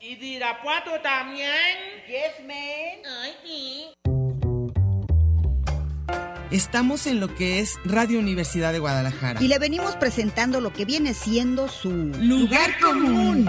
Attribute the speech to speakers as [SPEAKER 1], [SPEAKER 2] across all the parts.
[SPEAKER 1] ¿Y de Irapuato también?
[SPEAKER 2] Yes, man.
[SPEAKER 1] Ay, sí.
[SPEAKER 3] Estamos en lo que es Radio Universidad de Guadalajara.
[SPEAKER 2] Y le venimos presentando lo que viene siendo su
[SPEAKER 3] Lugar común.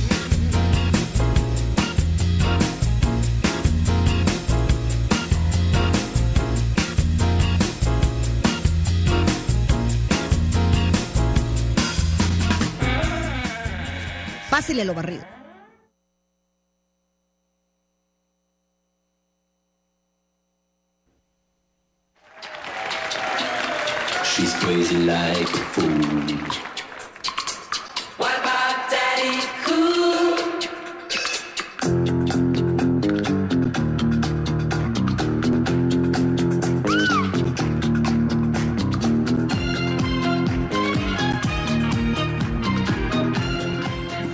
[SPEAKER 2] Pásele lo barrido.
[SPEAKER 4] She's crazy like a fool.
[SPEAKER 5] What about Daddy Cool?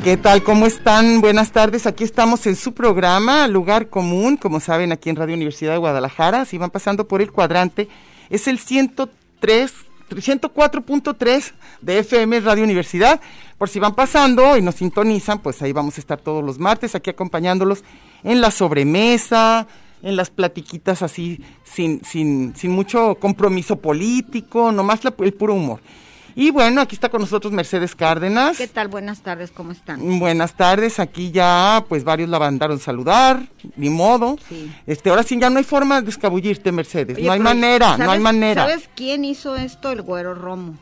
[SPEAKER 3] ¿Qué tal? ¿Cómo están? Buenas tardes. Aquí estamos en su programa, Lugar Común, como saben, aquí en Radio Universidad de Guadalajara. Si van pasando por el cuadrante, es el 103, 104.3 de FM Radio Universidad. Por si van pasando y nos sintonizan, pues ahí vamos a estar todos los martes, aquí acompañándolos en la sobremesa, en las platiquitas así, sin, sin, sin mucho compromiso político, nomás la- el puro humor. Y bueno, aquí está con nosotros Mercedes Cárdenas.
[SPEAKER 6] ¿Qué tal? Buenas tardes, ¿cómo están?
[SPEAKER 3] Buenas tardes, aquí ya pues varios la mandaron saludar, ni modo.
[SPEAKER 6] Sí.
[SPEAKER 3] Este, ahora sí ya no hay forma de escabullirte, Mercedes,
[SPEAKER 6] Oye,
[SPEAKER 3] no hay
[SPEAKER 6] pero,
[SPEAKER 3] manera, no hay
[SPEAKER 6] ¿sabes-
[SPEAKER 3] manera.
[SPEAKER 6] ¿Sabes quién hizo esto? El Güero Romo.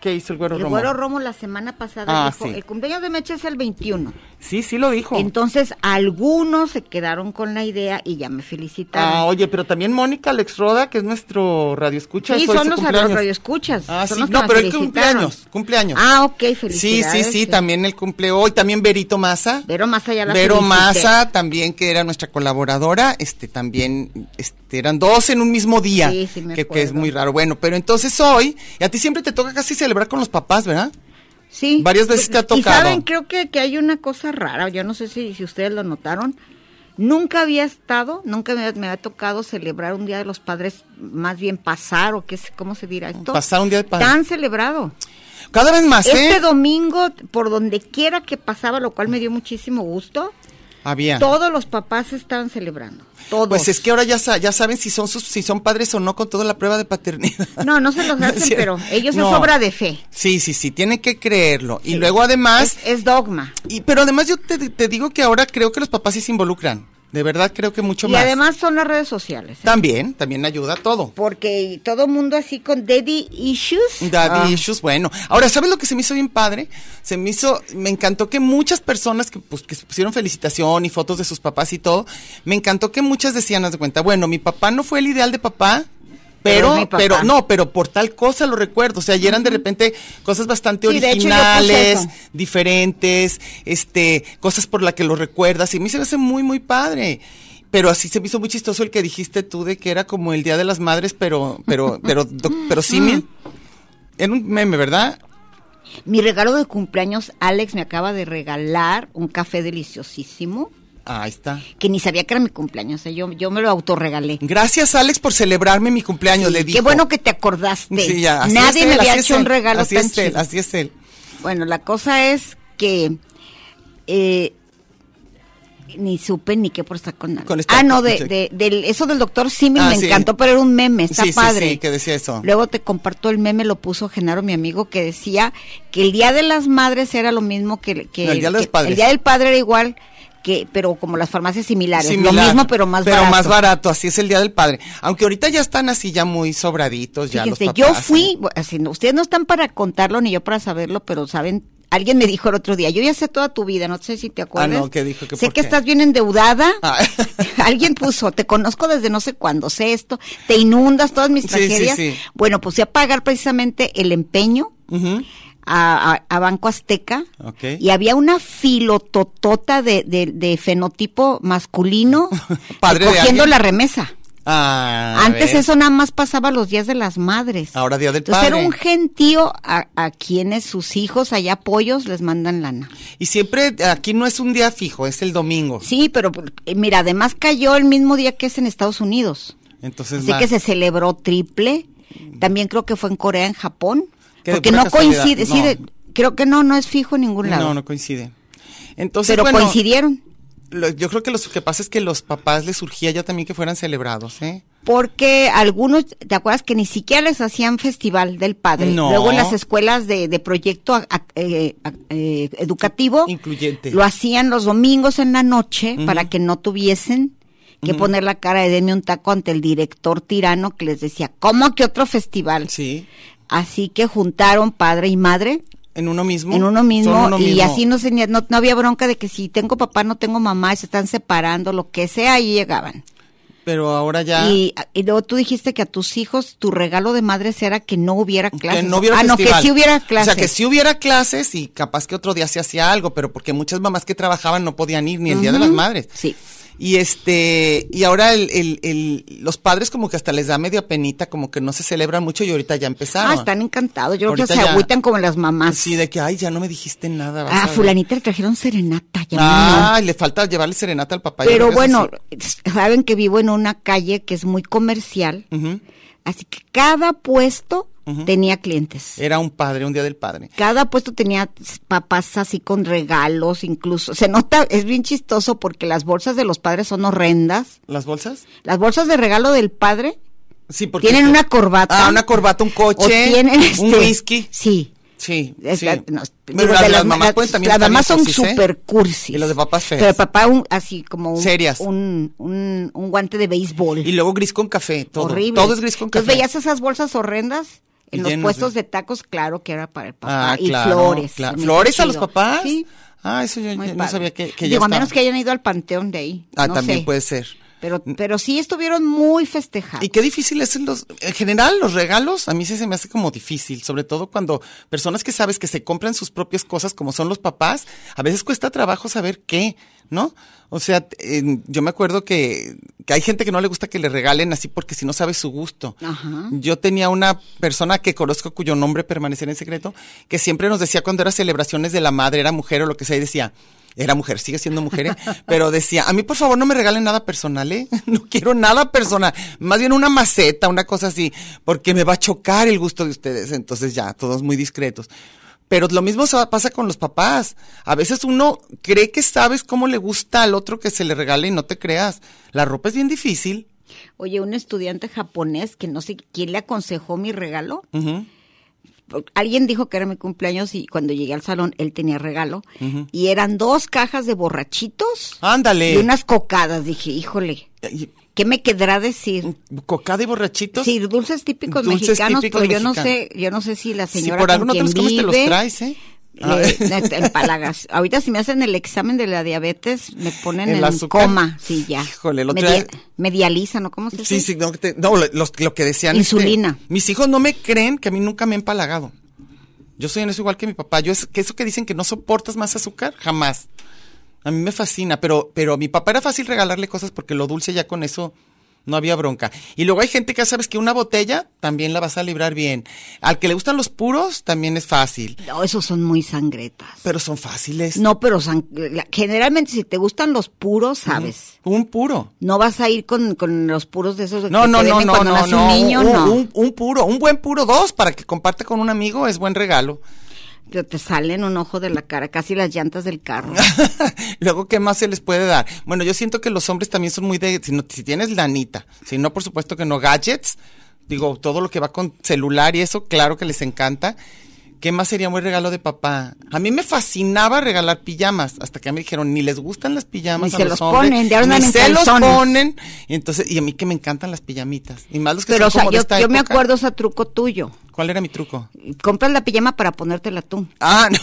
[SPEAKER 3] ¿Qué hizo el güero
[SPEAKER 6] el
[SPEAKER 3] Romo?
[SPEAKER 6] Güero Romo la semana pasada
[SPEAKER 3] Ah,
[SPEAKER 6] dijo,
[SPEAKER 3] sí.
[SPEAKER 6] el cumpleaños de Meche es el 21.
[SPEAKER 3] Sí, sí lo dijo.
[SPEAKER 6] Entonces, algunos se quedaron con la idea y ya me felicitaron.
[SPEAKER 3] Ah, oye, pero también Mónica Alex Roda, que es nuestro radioescucha,
[SPEAKER 6] sí,
[SPEAKER 3] es hoy
[SPEAKER 6] son
[SPEAKER 3] su
[SPEAKER 6] los
[SPEAKER 3] cumpleaños.
[SPEAKER 6] radioescuchas.
[SPEAKER 3] Ah,
[SPEAKER 6] son
[SPEAKER 3] sí,
[SPEAKER 6] los que
[SPEAKER 3] no,
[SPEAKER 6] nos
[SPEAKER 3] pero el
[SPEAKER 6] felicitaron.
[SPEAKER 3] cumpleaños, cumpleaños.
[SPEAKER 6] Ah, ok,
[SPEAKER 3] Sí,
[SPEAKER 6] felicidades.
[SPEAKER 3] sí, sí, también el cumple hoy, también Berito Maza.
[SPEAKER 6] Vero Massa ya la
[SPEAKER 3] Vero
[SPEAKER 6] felicité.
[SPEAKER 3] Maza, también que era nuestra colaboradora, este también este, eran dos en un mismo día,
[SPEAKER 6] Sí, sí, me
[SPEAKER 3] que, que es
[SPEAKER 6] acuerdo.
[SPEAKER 3] muy raro. Bueno, pero entonces hoy, y a ti siempre te toca casi celebrar con los papás, ¿verdad?
[SPEAKER 6] Sí.
[SPEAKER 3] Varias veces te ha
[SPEAKER 6] Y
[SPEAKER 3] tocado.
[SPEAKER 6] saben, creo que, que hay una cosa rara, yo no sé si, si ustedes lo notaron. Nunca había estado, nunca me, me había tocado celebrar un Día de los Padres, más bien pasar, o qué sé, ¿cómo se dirá esto?
[SPEAKER 3] Pasar un día de padre.
[SPEAKER 6] Tan celebrado.
[SPEAKER 3] Cada vez más,
[SPEAKER 6] Este
[SPEAKER 3] ¿eh?
[SPEAKER 6] domingo, por donde quiera que pasaba, lo cual me dio muchísimo gusto,
[SPEAKER 3] Había.
[SPEAKER 6] todos los papás estaban celebrando. Todos.
[SPEAKER 3] Pues es que ahora ya, sa- ya saben si son sus, si son padres o no con toda la prueba de paternidad.
[SPEAKER 6] No, no se los
[SPEAKER 3] No es
[SPEAKER 6] hacen,
[SPEAKER 3] cierto.
[SPEAKER 6] pero ellos
[SPEAKER 3] No.
[SPEAKER 6] es obra de fe.
[SPEAKER 3] Sí, sí, sí, tienen que creerlo. Y luego además,
[SPEAKER 6] Es, es dogma.
[SPEAKER 3] y, pero además yo te, te digo que ahora creo que los papás sí se involucran. De verdad creo que mucho
[SPEAKER 6] Y
[SPEAKER 3] más.
[SPEAKER 6] además son las redes sociales. ¿eh?
[SPEAKER 3] También, también ayuda a todo.
[SPEAKER 6] Porque todo mundo así con daddy issues. Ah.
[SPEAKER 3] Daddy issues, bueno. Ahora, ¿sabes lo que se me hizo bien padre? Se me hizo, me encantó que muchas personas que, pues, que se pusieron felicitación y fotos de sus papás y todo, me encantó que muchas decían, haz de cuenta, bueno, mi papá no fue el ideal de papá,
[SPEAKER 6] Pero
[SPEAKER 3] pero,
[SPEAKER 6] es mi
[SPEAKER 3] pero,
[SPEAKER 6] papá.
[SPEAKER 3] no, pero por tal cosa lo recuerdo. O sea, y eran de repente cosas bastante
[SPEAKER 6] Sí, de hecho, yo puse
[SPEAKER 3] originales,
[SPEAKER 6] eso.
[SPEAKER 3] diferentes, este, cosas por las que lo recuerdas. Y a mí se me hace muy, muy padre. Pero así se me hizo muy chistoso el que dijiste tú de que era como el Día de las Madres, pero, pero, pero, doc- pero símil. Era un meme, ¿verdad?
[SPEAKER 6] Mi regalo de cumpleaños, Alex me acaba de regalar un café deliciosísimo,
[SPEAKER 3] Ah, ahí está.
[SPEAKER 6] que ni sabía que era mi cumpleaños, eh, yo, yo me lo autorregalé.
[SPEAKER 3] Gracias, Alex, por celebrarme mi cumpleaños, le dije.
[SPEAKER 6] Qué bueno que te acordaste.
[SPEAKER 3] Sí, ya, así
[SPEAKER 6] Nadie
[SPEAKER 3] es
[SPEAKER 6] me
[SPEAKER 3] él,
[SPEAKER 6] había
[SPEAKER 3] así es
[SPEAKER 6] hecho un
[SPEAKER 3] él,
[SPEAKER 6] regalo
[SPEAKER 3] así
[SPEAKER 6] tan
[SPEAKER 3] es él,
[SPEAKER 6] chido.
[SPEAKER 3] Así es él.
[SPEAKER 6] Bueno, la cosa es que eh, ni supe ni qué por estar con Alex.
[SPEAKER 3] Con esta-
[SPEAKER 6] ah, no, de,
[SPEAKER 3] sí.
[SPEAKER 6] de- del- eso del doctor Simi
[SPEAKER 3] Ah,
[SPEAKER 6] me
[SPEAKER 3] sí.
[SPEAKER 6] encantó, pero era un meme, está
[SPEAKER 3] Sí, sí,
[SPEAKER 6] padre.
[SPEAKER 3] sí, que decía eso.
[SPEAKER 6] Luego te comparto el meme, lo puso Genaro, mi amigo, que decía que el Día de las Madres era lo mismo que, que
[SPEAKER 3] No, el Día de los
[SPEAKER 6] que-
[SPEAKER 3] Padres.
[SPEAKER 6] el Día del Padre era igual, que pero como las farmacias similares, lo
[SPEAKER 3] Similar,
[SPEAKER 6] mismo pero más barato.
[SPEAKER 3] más barato, así es el Día del Padre. Aunque ahorita ya están así ya muy sobraditos ya
[SPEAKER 6] Fíjense,
[SPEAKER 3] los
[SPEAKER 6] yo
[SPEAKER 3] papás, ¿eh?
[SPEAKER 6] fui,
[SPEAKER 3] ¿no?
[SPEAKER 6] bueno, así, no, ustedes no están para contarlo ni yo para saberlo, pero saben, alguien me dijo el otro día, yo ya sé toda tu vida, no sé si te acuerdas.
[SPEAKER 3] Ah, no, ¿qué dijo? ¿Que
[SPEAKER 6] sé
[SPEAKER 3] por
[SPEAKER 6] que
[SPEAKER 3] qué?
[SPEAKER 6] estás bien endeudada.
[SPEAKER 3] Ah.
[SPEAKER 6] alguien puso, te conozco desde no sé cuándo, sé esto, te inundas todas mis
[SPEAKER 3] Sí, sí,
[SPEAKER 6] tragedias.
[SPEAKER 3] sí.
[SPEAKER 6] Bueno, pues fui a pagar precisamente el empeño
[SPEAKER 3] Ujú.
[SPEAKER 6] a, a- a Banco Azteca
[SPEAKER 3] Ok.
[SPEAKER 6] y había una filototota de, de, de fenotipo masculino
[SPEAKER 3] Padre de
[SPEAKER 6] cogiendo
[SPEAKER 3] alguien.
[SPEAKER 6] la remesa.
[SPEAKER 3] Ah,
[SPEAKER 6] Antes
[SPEAKER 3] ¿ves?
[SPEAKER 6] eso nada más pasaba los días de las madres.
[SPEAKER 3] Ahora Día del
[SPEAKER 6] Entonces era
[SPEAKER 3] Padre.
[SPEAKER 6] un gentío a, a quienes sus hijos allá pollos les mandan lana.
[SPEAKER 3] Y siempre aquí no es un día fijo, es el domingo.
[SPEAKER 6] Sí, pero por- eh, mira, además cayó el mismo día que es en Estados Unidos.
[SPEAKER 3] Entonces,
[SPEAKER 6] Así
[SPEAKER 3] más.
[SPEAKER 6] que se celebró triple. También creo que fue en Corea, en Japón.
[SPEAKER 3] Que de
[SPEAKER 6] Porque no
[SPEAKER 3] pura casualidad,
[SPEAKER 6] coincide, sí,
[SPEAKER 3] no.
[SPEAKER 6] de- creo que no, no es fijo en ningún lado.
[SPEAKER 3] no, no coincide. Entonces,
[SPEAKER 6] pero
[SPEAKER 3] bueno,
[SPEAKER 6] coincidieron.
[SPEAKER 3] lo- yo creo que los- lo que pasa es que los papás les surgía ya también que fueran celebrados, ¿eh?
[SPEAKER 6] Porque algunos, ¿te acuerdas que ni siquiera les hacían festival del padre?
[SPEAKER 3] No.
[SPEAKER 6] Luego en las escuelas de, de proyecto a- a- eh, a- eh, educativo
[SPEAKER 3] Incluyente.
[SPEAKER 6] lo hacían los domingos en la noche para que no tuviesen que poner la cara de denme un taco ante el director tirano que les decía, ¿cómo que otro festival?
[SPEAKER 3] Sí.
[SPEAKER 6] Así que juntaron padre y madre
[SPEAKER 3] En uno mismo.
[SPEAKER 6] en uno mismo,
[SPEAKER 3] Son uno
[SPEAKER 6] y
[SPEAKER 3] mismo.
[SPEAKER 6] así no, se- no, no había bronca de que si tengo papá, no tengo mamá, se están separando, lo que sea, ahí llegaban.
[SPEAKER 3] Pero ahora ya.
[SPEAKER 6] Y, y luego tú dijiste que a tus hijos tu regalo de madres era que no hubiera clases.
[SPEAKER 3] Que no hubiera
[SPEAKER 6] ah, no,
[SPEAKER 3] festival.
[SPEAKER 6] que sí hubiera clases.
[SPEAKER 3] O sea, que sí hubiera clases y capaz que otro día se hacía algo, pero porque muchas mamás que trabajaban no podían ir ni el Día de las Madres.
[SPEAKER 6] Sí.
[SPEAKER 3] Y este, y ahora el, el- el- los padres como que hasta les da media penita, como que no se celebran mucho y ahorita ya empezaron.
[SPEAKER 6] Ah, están encantados. Yo creo
[SPEAKER 3] Ahorita
[SPEAKER 6] que se
[SPEAKER 3] ya-
[SPEAKER 6] agüitan como las mamás.
[SPEAKER 3] Sí, de que, ay, ya no me dijiste nada. vas a
[SPEAKER 6] ah,
[SPEAKER 3] ver.
[SPEAKER 6] fulanita le trajeron serenata. Ya no.
[SPEAKER 3] Ah, le falta llevarle serenata al papá. yo
[SPEAKER 6] Pero
[SPEAKER 3] creo que eso
[SPEAKER 6] bueno,
[SPEAKER 3] sí.
[SPEAKER 6] saben que vivo en una calle que es muy comercial,
[SPEAKER 3] Ujú.
[SPEAKER 6] así que cada puesto tenía clientes.
[SPEAKER 3] Era un padre, un día del padre.
[SPEAKER 6] Cada puesto tenía papás así con regalos, incluso. Se nota, es bien chistoso porque las bolsas de los padres son horrendas.
[SPEAKER 3] ¿Las bolsas?
[SPEAKER 6] Las bolsas de regalo del padre
[SPEAKER 3] Sí, porque.
[SPEAKER 6] tienen una corbata.
[SPEAKER 3] Ah, una corbata, un coche,
[SPEAKER 6] o tienen,
[SPEAKER 3] un
[SPEAKER 6] este,
[SPEAKER 3] whisky.
[SPEAKER 6] Sí.
[SPEAKER 3] Sí,
[SPEAKER 6] Es
[SPEAKER 3] sí.
[SPEAKER 6] la- no,
[SPEAKER 3] Pero
[SPEAKER 6] digo,
[SPEAKER 3] las,
[SPEAKER 6] de
[SPEAKER 3] las
[SPEAKER 6] ma-
[SPEAKER 3] mamás pueden también
[SPEAKER 6] las
[SPEAKER 3] estar
[SPEAKER 6] mamás
[SPEAKER 3] bien
[SPEAKER 6] son
[SPEAKER 3] cursis, ¿eh?
[SPEAKER 6] super cursis.
[SPEAKER 3] Y los de papás feas.
[SPEAKER 6] Pero el papá un- así como un,
[SPEAKER 3] Serias.
[SPEAKER 6] Un, un, un guante de béisbol.
[SPEAKER 3] Y luego gris con café, todo.
[SPEAKER 6] Horrible.
[SPEAKER 3] Todo es gris con
[SPEAKER 6] Entonces
[SPEAKER 3] café.
[SPEAKER 6] veías esas bolsas horrendas
[SPEAKER 3] Y
[SPEAKER 6] en los
[SPEAKER 3] llenos
[SPEAKER 6] puestos
[SPEAKER 3] de-
[SPEAKER 6] de tacos, claro que era para el papá.
[SPEAKER 3] Ah,
[SPEAKER 6] y
[SPEAKER 3] claro,
[SPEAKER 6] flores.
[SPEAKER 3] claro.
[SPEAKER 6] se me hizo
[SPEAKER 3] ¿Flores a los
[SPEAKER 6] chido.
[SPEAKER 3] papás?
[SPEAKER 6] Sí.
[SPEAKER 3] Ah, eso yo,
[SPEAKER 6] muy
[SPEAKER 3] yo no
[SPEAKER 6] padre.
[SPEAKER 3] sabía que, que ya
[SPEAKER 6] Digo, a
[SPEAKER 3] estaba.
[SPEAKER 6] menos que hayan ido al panteón de ahí.
[SPEAKER 3] Ah,
[SPEAKER 6] no
[SPEAKER 3] también
[SPEAKER 6] sé. Ah.
[SPEAKER 3] puede ser.
[SPEAKER 6] Pero, pero sí estuvieron muy festejados.
[SPEAKER 3] Y qué difícil es los, en general los regalos, a mí sí se me hace como difícil, sobre todo cuando personas que sabes que se compran sus propias cosas, como son los papás, a veces cuesta trabajo saber qué, ¿no? O sea, t- en- yo me acuerdo que, que hay gente que no le gusta que le regalen así porque si no sabe su gusto.
[SPEAKER 6] Ajá.
[SPEAKER 3] Yo tenía una persona que conozco cuyo nombre permanecerá en secreto, que siempre nos decía cuando era celebraciones de la madre, era mujer o lo que sea, y decía, era mujer, sigue siendo mujer, ¿eh? pero decía, a mí por favor no me regalen nada personal, ¿eh? No quiero nada personal, más bien una maceta, una cosa así, porque me va a chocar el gusto de ustedes, entonces ya, todos muy discretos. Pero lo mismo se va- pasa con los papás. A veces uno cree que sabes cómo le gusta al otro que se le regale y no te creas. La ropa es bien difícil.
[SPEAKER 6] Oye, un estudiante japonés que no sé quién le aconsejó mi regalo.
[SPEAKER 3] Ujú.
[SPEAKER 6] Alguien dijo que era mi cumpleaños y cuando llegué al salón él tenía regalo. Y eran dos cajas de borrachitos
[SPEAKER 3] Ándale.
[SPEAKER 6] y unas cocadas. Dije, híjole,
[SPEAKER 3] Y-
[SPEAKER 6] ¿qué me querrá decir?
[SPEAKER 3] Cocada y borrachitos.
[SPEAKER 6] Sí, dulces típicos
[SPEAKER 3] Dulces
[SPEAKER 6] mexicanos,
[SPEAKER 3] típicos
[SPEAKER 6] pero yo no
[SPEAKER 3] mexicanos.
[SPEAKER 6] sé, yo no sé si la
[SPEAKER 3] Si
[SPEAKER 6] señora
[SPEAKER 3] por
[SPEAKER 6] con
[SPEAKER 3] algo no te
[SPEAKER 6] quien
[SPEAKER 3] los comes, te los
[SPEAKER 6] vive,
[SPEAKER 3] traes, ¿eh? Ah.
[SPEAKER 6] le- este, empalagas. Ahorita si me hacen el examen de la diabetes, me ponen
[SPEAKER 3] ¿El
[SPEAKER 6] en
[SPEAKER 3] azúcar?
[SPEAKER 6] coma. Sí, ya.
[SPEAKER 3] Híjole, el otro
[SPEAKER 6] me,
[SPEAKER 3] día-
[SPEAKER 6] dia- me dializan, ¿no? ¿Cómo se dice?
[SPEAKER 3] Sí, sí, no, te- no, lo, los- lo que decían. este,
[SPEAKER 6] Insulina.
[SPEAKER 3] mis hijos no me creen que a mí nunca me he empalagado. Yo soy en eso igual que mi papá. Yo es que eso que dicen que no soportas más azúcar, jamás. A mí me fascina, pero, pero a mi papá era fácil regalarle cosas porque lo dulce ya con eso no había bronca. Y luego hay gente que ya sabes que una botella también la vas a librar bien. Al que le gustan los puros también es fácil,
[SPEAKER 6] No, esos son muy sangretas.
[SPEAKER 3] pero son fáciles.
[SPEAKER 6] No, pero san- la- generalmente si te gustan los puros, sabes.
[SPEAKER 3] Un puro.
[SPEAKER 6] No vas a ir con, con los puros de esos que
[SPEAKER 3] No,
[SPEAKER 6] te
[SPEAKER 3] no, no,
[SPEAKER 6] venden
[SPEAKER 3] no,
[SPEAKER 6] cuando
[SPEAKER 3] no,
[SPEAKER 6] nace
[SPEAKER 3] no.
[SPEAKER 6] un niño,
[SPEAKER 3] un,
[SPEAKER 6] no.
[SPEAKER 3] un- un puro, un buen puro dos para que comparte con un amigo es buen regalo.
[SPEAKER 6] Pero te salen un ojo de la cara, casi las llantas del carro.
[SPEAKER 3] Luego, ¿qué más se les puede dar? Bueno, yo siento que los hombres también son muy de, si, no- si tienes lanita, si no, por supuesto que no, gadgets, digo, todo lo que va con celular y eso, claro que les encanta. ¿Qué más sería un buen regalo de papá? A mí me fascinaba regalar pijamas, hasta que me dijeron, ni les gustan las pijamas
[SPEAKER 6] Ni
[SPEAKER 3] a
[SPEAKER 6] se
[SPEAKER 3] los
[SPEAKER 6] los
[SPEAKER 3] hombres,
[SPEAKER 6] ponen, ya andan
[SPEAKER 3] ni
[SPEAKER 6] en
[SPEAKER 3] se los
[SPEAKER 6] calzones.
[SPEAKER 3] ponen. Y entonces, y a mí que me encantan las pijamitas, y más los que
[SPEAKER 6] Pero, o
[SPEAKER 3] son
[SPEAKER 6] sea,
[SPEAKER 3] como de
[SPEAKER 6] yo,
[SPEAKER 3] esta
[SPEAKER 6] yo me
[SPEAKER 3] época.
[SPEAKER 6] acuerdo ese truco tuyo.
[SPEAKER 3] ¿Cuál era mi truco?
[SPEAKER 6] Compras la pijama para ponértela tú.
[SPEAKER 3] Ah, no,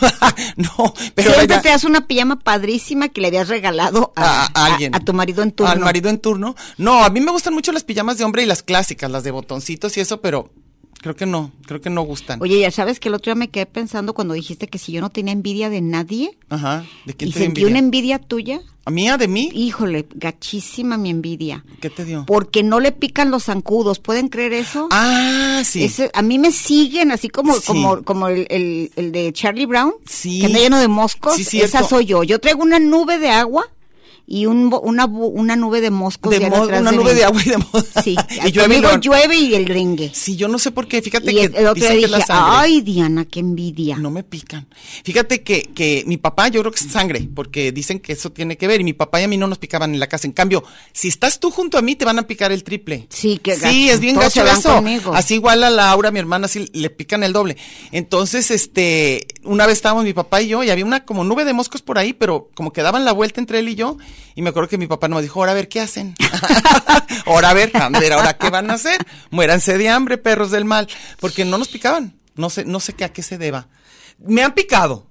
[SPEAKER 3] no, pero
[SPEAKER 6] Siempre
[SPEAKER 3] ya-
[SPEAKER 6] te das una pijama padrísima que le habías regalado a,
[SPEAKER 3] a, a alguien.
[SPEAKER 6] a- a tu marido en turno.
[SPEAKER 3] Al marido en turno. No, a mí me gustan mucho las pijamas de hombre y las clásicas, las de botoncitos y eso, pero creo que no, creo que no gustan.
[SPEAKER 6] Oye, ya sabes que el otro día me quedé pensando cuando dijiste que si yo no tenía envidia de nadie
[SPEAKER 3] Ajá. ¿De quién
[SPEAKER 6] y
[SPEAKER 3] te dio
[SPEAKER 6] sentí una
[SPEAKER 3] envidia?
[SPEAKER 6] envidia tuya,
[SPEAKER 3] ¿A mía? ¿De mí?
[SPEAKER 6] híjole, gachísima mi envidia.
[SPEAKER 3] ¿Qué te dio?
[SPEAKER 6] Porque no le pican los zancudos, ¿pueden creer eso?
[SPEAKER 3] Ah, sí.
[SPEAKER 6] Ese- a mí me siguen así como
[SPEAKER 3] Sí.
[SPEAKER 6] como como el, el- el de Charlie Brown,
[SPEAKER 3] Sí.
[SPEAKER 6] que anda lleno de moscos.
[SPEAKER 3] Sí, cierto.
[SPEAKER 6] Esa soy yo. Yo traigo una nube de agua y un, bo- una, bu- una nube de moscos.
[SPEAKER 3] De
[SPEAKER 6] diario
[SPEAKER 3] mo-
[SPEAKER 6] atrás
[SPEAKER 3] una
[SPEAKER 6] de
[SPEAKER 3] nube
[SPEAKER 6] mí.
[SPEAKER 3] de agua y de moda.
[SPEAKER 6] Sí,
[SPEAKER 3] y
[SPEAKER 6] yo
[SPEAKER 3] llueve y lo-
[SPEAKER 6] llueve y el ringue.
[SPEAKER 3] Sí, yo no sé por qué. Fíjate
[SPEAKER 6] Y
[SPEAKER 3] que
[SPEAKER 6] el, el otro
[SPEAKER 3] dicen
[SPEAKER 6] día
[SPEAKER 3] que la
[SPEAKER 6] dije,
[SPEAKER 3] sangre.
[SPEAKER 6] ay Diana, qué envidia.
[SPEAKER 3] No me pican. Fíjate que, que mi papá, yo creo que es sangre, porque dicen que eso tiene que ver. Y mi papá y a mí no nos picaban en la casa. En cambio, si estás tú junto a mí, te van a picar el triple.
[SPEAKER 6] Sí, qué
[SPEAKER 3] Sí,
[SPEAKER 6] gacho.
[SPEAKER 3] es bien
[SPEAKER 6] Todos
[SPEAKER 3] gacho
[SPEAKER 6] se van
[SPEAKER 3] eso.
[SPEAKER 6] conmigo.
[SPEAKER 3] Así igual a Laura, mi hermana, sí le pican el doble. Entonces, este, una vez estábamos mi papá y yo, y había una como nube de moscos por ahí, pero como que daban la vuelta entre él y yo. Y me acuerdo que mi papá nos dijo, ahora a ver qué hacen. ahora a ver, a ver, ahora qué van a hacer. Muéranse de hambre, perros del mal. Porque no nos picaban. No sé, no sé qué, a qué se deba. Me han picado.